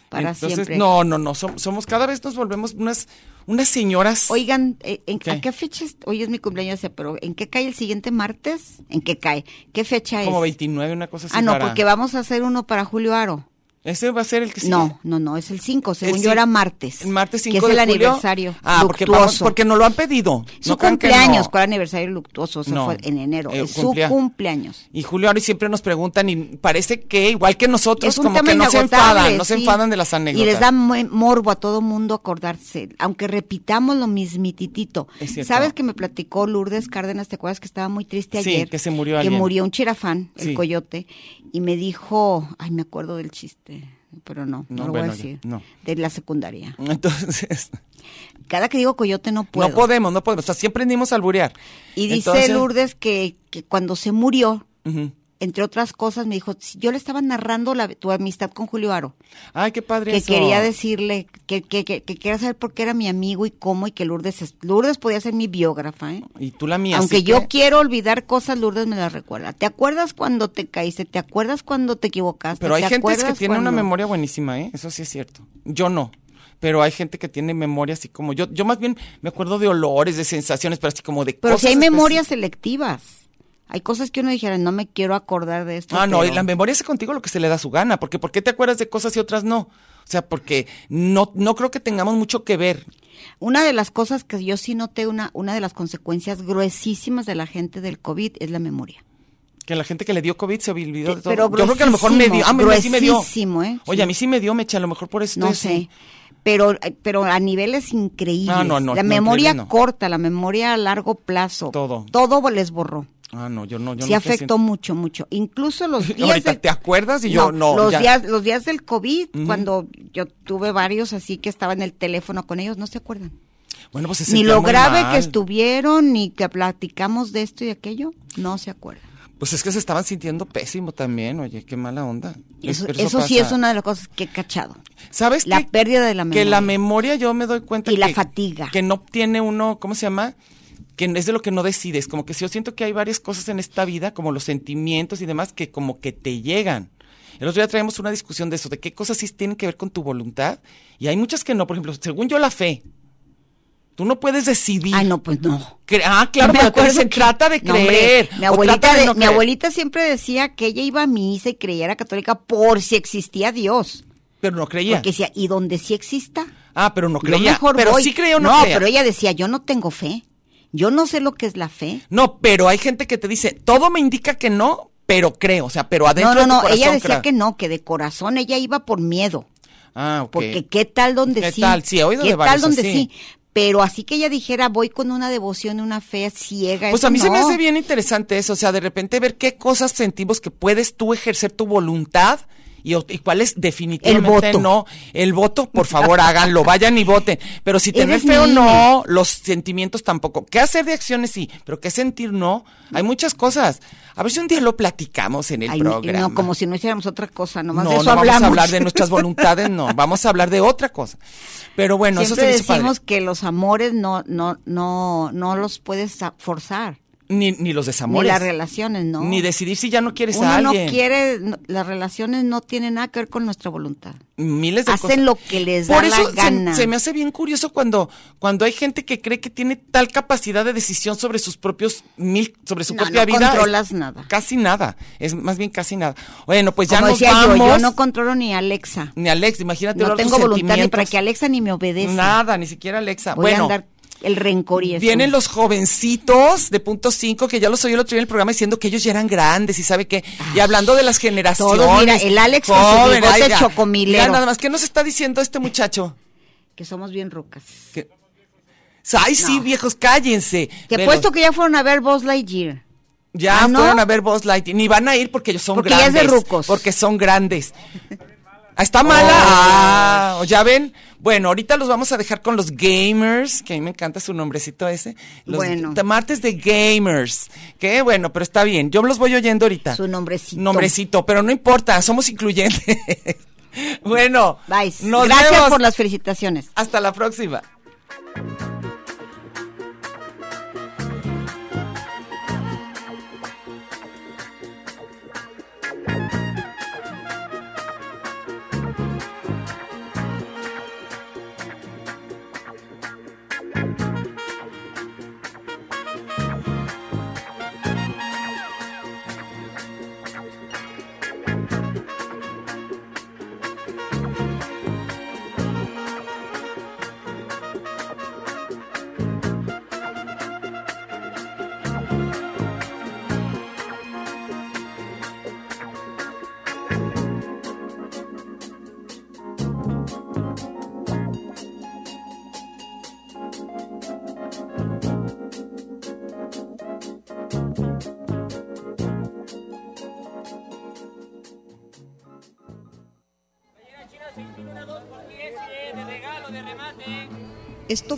[SPEAKER 6] Para
[SPEAKER 3] Entonces,
[SPEAKER 6] siempre.
[SPEAKER 3] No, no, no. som- Somos, cada vez nos volvemos unas, unas señoras.
[SPEAKER 6] Oigan, eh, ¿en,
[SPEAKER 3] ¿Qué?
[SPEAKER 6] ¿a qué fecha? es- Hoy es mi cumpleaños, ya sé, pero ¿en qué cae el siguiente martes? ¿En qué cae? ¿Qué fecha
[SPEAKER 3] como
[SPEAKER 6] es?
[SPEAKER 3] 29, una cosa así.
[SPEAKER 6] ah, no,
[SPEAKER 3] rara.
[SPEAKER 6] porque vamos a hacer uno para Julio Aro.
[SPEAKER 3] Ese va a ser el que sigue.
[SPEAKER 6] No, no, no, es el 5, según
[SPEAKER 3] El
[SPEAKER 6] yo
[SPEAKER 3] cin-
[SPEAKER 6] era martes.
[SPEAKER 3] El martes 5
[SPEAKER 6] Que es
[SPEAKER 3] de
[SPEAKER 6] el
[SPEAKER 3] julio.
[SPEAKER 6] aniversario
[SPEAKER 3] Ah, porque, vamos-
[SPEAKER 6] luctuoso.
[SPEAKER 3] porque no lo han pedido.
[SPEAKER 6] Su
[SPEAKER 3] No crean que
[SPEAKER 6] cumpleaños,
[SPEAKER 3] no.
[SPEAKER 6] ¿cuál aniversario luctuoso? O sea,
[SPEAKER 3] No.
[SPEAKER 6] fue en enero.
[SPEAKER 3] Eh,
[SPEAKER 6] es
[SPEAKER 3] cumplía-
[SPEAKER 6] su cumpleaños.
[SPEAKER 3] Y Julio ahora siempre nos preguntan y parece que igual que nosotros
[SPEAKER 6] Es un
[SPEAKER 3] como
[SPEAKER 6] tema
[SPEAKER 3] que no se
[SPEAKER 6] inagotable,
[SPEAKER 3] enfadan, no se
[SPEAKER 6] sí.
[SPEAKER 3] enfadan de las anécdotas.
[SPEAKER 6] Y les da mu- morbo a todo mundo acordarse, aunque repitamos lo mismititito.
[SPEAKER 3] Es cierto.
[SPEAKER 6] ¿Sabes que me platicó Lourdes Cárdenas, te acuerdas que estaba muy triste
[SPEAKER 3] Sí,
[SPEAKER 6] ayer?
[SPEAKER 3] que se murió
[SPEAKER 6] Que
[SPEAKER 3] alguien.
[SPEAKER 6] murió un chirafán, el
[SPEAKER 3] Sí.
[SPEAKER 6] coyote, y me dijo, ay, me acuerdo del chiste, pero no, no,
[SPEAKER 3] No,
[SPEAKER 6] lo voy
[SPEAKER 3] bueno,
[SPEAKER 6] a
[SPEAKER 3] ya,
[SPEAKER 6] decir,
[SPEAKER 3] no.
[SPEAKER 6] de la secundaria.
[SPEAKER 3] Entonces,
[SPEAKER 6] Cada que digo coyote no puedo.
[SPEAKER 3] no podemos, no podemos. O sea, siempre andamos a alburear.
[SPEAKER 6] Y dice
[SPEAKER 3] Entonces-
[SPEAKER 6] Lourdes que, que cuando se murió,
[SPEAKER 3] Ujú.
[SPEAKER 6] entre otras cosas, me dijo, "Si yo le estaba narrando la- tu amistad con Julio Aro,
[SPEAKER 3] Ay, qué padre
[SPEAKER 6] que
[SPEAKER 3] eso.
[SPEAKER 6] quería decirle, que, que, que, que quería saber por qué era mi amigo y cómo, y que Lourdes, es- Lourdes podía ser mi biógrafa, ¿eh?
[SPEAKER 3] Y tú la mía.
[SPEAKER 6] Aunque
[SPEAKER 3] así
[SPEAKER 6] yo
[SPEAKER 3] que-
[SPEAKER 6] quiero olvidar cosas, Lourdes me las recuerda. ¿Te acuerdas cuando te caíste? ¿Te acuerdas cuando te equivocaste?
[SPEAKER 3] Pero hay
[SPEAKER 6] ¿Te
[SPEAKER 3] gente que
[SPEAKER 6] acuerdas
[SPEAKER 3] tiene una
[SPEAKER 6] cuando-
[SPEAKER 3] memoria buenísima, ¿eh? Eso sí es cierto. Yo no. Pero hay gente que tiene memoria así como yo. Yo más bien me acuerdo de olores, de sensaciones, pero así como de
[SPEAKER 6] Pero
[SPEAKER 3] cosas.
[SPEAKER 6] si hay
[SPEAKER 3] específicas.
[SPEAKER 6] memorias selectivas. Hay cosas que uno dijera, no me quiero acordar de esto.
[SPEAKER 3] Ah, no, y
[SPEAKER 6] pero-
[SPEAKER 3] la memoria hace contigo lo que se le da su gana, porque ¿por qué te acuerdas de cosas y otras no? O sea, porque no, no creo que tengamos mucho que ver.
[SPEAKER 6] Una de las cosas que yo sí noté, una, una de las consecuencias gruesísimas de la gente del COVID es la memoria.
[SPEAKER 3] Que la gente que le dio COVID se olvidó
[SPEAKER 6] Que-
[SPEAKER 3] de todo.
[SPEAKER 6] pero
[SPEAKER 3] Yo creo que a lo mejor me dio. Ah, me- sí me dio.
[SPEAKER 6] gruesísimo, ¿eh?
[SPEAKER 3] Oye,
[SPEAKER 6] Sí.
[SPEAKER 3] a mí sí me dio, Mecha, a lo mejor por eso.
[SPEAKER 6] No
[SPEAKER 3] estoy así.
[SPEAKER 6] sé. Pero, pero a niveles increíbles.
[SPEAKER 3] Ah, no, no,
[SPEAKER 6] la
[SPEAKER 3] no,
[SPEAKER 6] memoria
[SPEAKER 3] increíble no.
[SPEAKER 6] corta, la memoria a largo plazo.
[SPEAKER 3] Todo.
[SPEAKER 6] Todo les borró.
[SPEAKER 3] Ah, no, yo no. Yo
[SPEAKER 6] sí
[SPEAKER 3] no sé si-
[SPEAKER 6] afectó mucho, mucho. Incluso los días.
[SPEAKER 3] Ahorita
[SPEAKER 6] del-
[SPEAKER 3] te acuerdas y yo no.
[SPEAKER 6] los,
[SPEAKER 3] ya.
[SPEAKER 6] días, los días del COVID, cuando yo tuve varios así que estaba en el teléfono con ellos, no se acuerdan.
[SPEAKER 3] Bueno, pues se
[SPEAKER 6] Ni
[SPEAKER 3] sentían
[SPEAKER 6] lo
[SPEAKER 3] muy
[SPEAKER 6] grave
[SPEAKER 3] mal.
[SPEAKER 6] que estuvieron, ni que platicamos de esto y aquello, no se acuerdan.
[SPEAKER 3] Pues es que se estaban sintiendo pésimo también, oye, qué mala onda.
[SPEAKER 6] Eso,
[SPEAKER 3] Pero
[SPEAKER 6] eso sí es
[SPEAKER 3] pasa.
[SPEAKER 6] una de las cosas que he cachado.
[SPEAKER 3] ¿Sabes
[SPEAKER 6] La
[SPEAKER 3] qué?
[SPEAKER 6] pérdida de la memoria.
[SPEAKER 3] Que la memoria yo me doy cuenta
[SPEAKER 6] Y
[SPEAKER 3] que,
[SPEAKER 6] la fatiga.
[SPEAKER 3] Que no tiene uno, ¿cómo se llama? Que es de lo que no decides. Como que si yo siento que hay varias cosas en esta vida, como los sentimientos y demás, que como que te llegan. El otro día traíamos una discusión de eso, de qué cosas sí tienen que ver con tu voluntad. Y hay muchas que no. Por ejemplo, según yo, la fe. Tú no puedes decidir.
[SPEAKER 6] Ay, no, pues no.
[SPEAKER 3] Cre- ah, claro,
[SPEAKER 6] Me
[SPEAKER 3] pero tú
[SPEAKER 6] acuerdo
[SPEAKER 3] dices,
[SPEAKER 6] que-
[SPEAKER 3] trata de
[SPEAKER 6] No, hombre,
[SPEAKER 3] creer.
[SPEAKER 6] mi,
[SPEAKER 3] o
[SPEAKER 6] abuelita
[SPEAKER 3] trata de
[SPEAKER 6] de-
[SPEAKER 3] no
[SPEAKER 6] mi
[SPEAKER 3] creer.
[SPEAKER 6] abuelita siempre decía que ella iba a misa y creyera católica por si existía Dios.
[SPEAKER 3] Pero no creía.
[SPEAKER 6] Porque decía, y donde sí exista,
[SPEAKER 3] Ah, pero no
[SPEAKER 6] yo
[SPEAKER 3] creía.
[SPEAKER 6] mejor
[SPEAKER 3] pero
[SPEAKER 6] voy.
[SPEAKER 3] sí creía o no, creía.
[SPEAKER 6] pero ella decía, yo no tengo fe. Yo no sé lo que es la fe.
[SPEAKER 3] No, pero hay gente que te dice, todo me indica que no, pero creo, o sea, pero
[SPEAKER 6] No, no,
[SPEAKER 3] adentro de tu
[SPEAKER 6] no,
[SPEAKER 3] corazón
[SPEAKER 6] ella decía
[SPEAKER 3] creo.
[SPEAKER 6] que no, que de corazón ella iba por miedo.
[SPEAKER 3] Ah, ok.
[SPEAKER 6] Porque qué tal donde
[SPEAKER 3] ¿Qué
[SPEAKER 6] sí.
[SPEAKER 3] tal? Sí, he oído
[SPEAKER 6] ¿Qué
[SPEAKER 3] de
[SPEAKER 6] tal
[SPEAKER 3] varios
[SPEAKER 6] donde
[SPEAKER 3] así.
[SPEAKER 6] sí? Pero así que ella dijera, voy con una devoción, una fe ciega.
[SPEAKER 3] Pues
[SPEAKER 6] eso
[SPEAKER 3] a mí se me
[SPEAKER 6] no.
[SPEAKER 3] hace bien interesante eso, o sea, de repente ver qué cosas sentimos que puedes tú ejercer tu voluntad y, o- y cuáles definitivamente
[SPEAKER 6] El voto.
[SPEAKER 3] no. El voto, por favor, háganlo, vayan y voten. Pero si tener
[SPEAKER 6] Eres
[SPEAKER 3] fe o
[SPEAKER 6] niño.
[SPEAKER 3] no, los sentimientos tampoco. ¿Qué hacer de acciones sí, pero qué sentir no? Hay muchas cosas. A ver si un día lo platicamos en el
[SPEAKER 6] Ay, no,
[SPEAKER 3] programa.
[SPEAKER 6] no, como si no hiciéramos otra cosa, nomás
[SPEAKER 3] no,
[SPEAKER 6] de eso
[SPEAKER 3] no
[SPEAKER 6] hablamos.
[SPEAKER 3] vamos a hablar de nuestras voluntades, no, vamos a hablar de otra cosa. Pero bueno,
[SPEAKER 6] Siempre
[SPEAKER 3] eso se me hizo padre.
[SPEAKER 6] decimos que los amores no, no, no, no los puedes a- forzar.
[SPEAKER 3] Ni, ni los
[SPEAKER 6] Ni
[SPEAKER 3] desamores.
[SPEAKER 6] las relaciones, ¿no?
[SPEAKER 3] Ni decidir si ya no quieres
[SPEAKER 6] Uno
[SPEAKER 3] a
[SPEAKER 6] no
[SPEAKER 3] alguien.
[SPEAKER 6] quiere, no- las relaciones no tienen nada que ver con nuestra voluntad.
[SPEAKER 3] Miles de
[SPEAKER 6] Hacen
[SPEAKER 3] cosas.
[SPEAKER 6] lo que les da
[SPEAKER 3] Por eso
[SPEAKER 6] la
[SPEAKER 3] se-
[SPEAKER 6] gana.
[SPEAKER 3] Se, me hace bien curioso cuando, cuando hay gente que cree que tiene tal capacidad de decisión sobre sus propios mil, sobre su
[SPEAKER 6] No,
[SPEAKER 3] propia
[SPEAKER 6] no
[SPEAKER 3] vida.
[SPEAKER 6] controlas nada.
[SPEAKER 3] Casi nada. Es más bien casi nada. Bueno, pues ya
[SPEAKER 6] Como
[SPEAKER 3] nos
[SPEAKER 6] decía
[SPEAKER 3] vamos.
[SPEAKER 6] yo, yo no controlo ni a Alexa.
[SPEAKER 3] Ni Alex, imagínate
[SPEAKER 6] No
[SPEAKER 3] ahora tus
[SPEAKER 6] tengo voluntad ni para
[SPEAKER 3] sentimientos.
[SPEAKER 6] que Alexa ni me obedezca.
[SPEAKER 3] Nada, ni siquiera Alexa.
[SPEAKER 6] Voy
[SPEAKER 3] bueno.
[SPEAKER 6] a andar el rencor y eso.
[SPEAKER 3] Vienen los jovencitos de punto 5 que ya los oí el otro día en el programa diciendo que ellos ya eran grandes y sabe qué. Y hablando de las generaciones.
[SPEAKER 6] Todos, mira, el Alex con su
[SPEAKER 3] jóvenes,
[SPEAKER 6] bigote
[SPEAKER 3] oiga,
[SPEAKER 6] chocomilero.
[SPEAKER 3] mira nada más, ¿qué nos está diciendo este muchacho?
[SPEAKER 6] Que somos bien rucas.
[SPEAKER 3] Que- Ay, sí, viejos, cállense.
[SPEAKER 6] Te
[SPEAKER 3] Pero
[SPEAKER 6] puesto que ya fueron a ver Buzz Lightyear.
[SPEAKER 3] ya
[SPEAKER 6] ¿Ah, no?
[SPEAKER 3] fueron a ver Buzz Lightyear. Ni van a ir porque ellos son
[SPEAKER 6] Porque ya
[SPEAKER 3] grandes.
[SPEAKER 6] es de rucos. Oh.
[SPEAKER 3] Porque son grandes. Ah, ¿Está mala? Ah, ¿ya ven? Bueno, ahorita los vamos a dejar con los gamers, que a mí me encanta su nombrecito ese. Los
[SPEAKER 6] Bueno.
[SPEAKER 3] de- martes de gamers. Que bueno, pero está bien. Yo los voy oyendo ahorita.
[SPEAKER 6] Su nombrecito.
[SPEAKER 3] Nombrecito, pero no importa, somos incluyentes. bueno,
[SPEAKER 6] Bye.
[SPEAKER 3] nos
[SPEAKER 6] Gracias
[SPEAKER 3] vemos.
[SPEAKER 6] por las felicitaciones.
[SPEAKER 3] Hasta la próxima.
[SPEAKER 10] Esto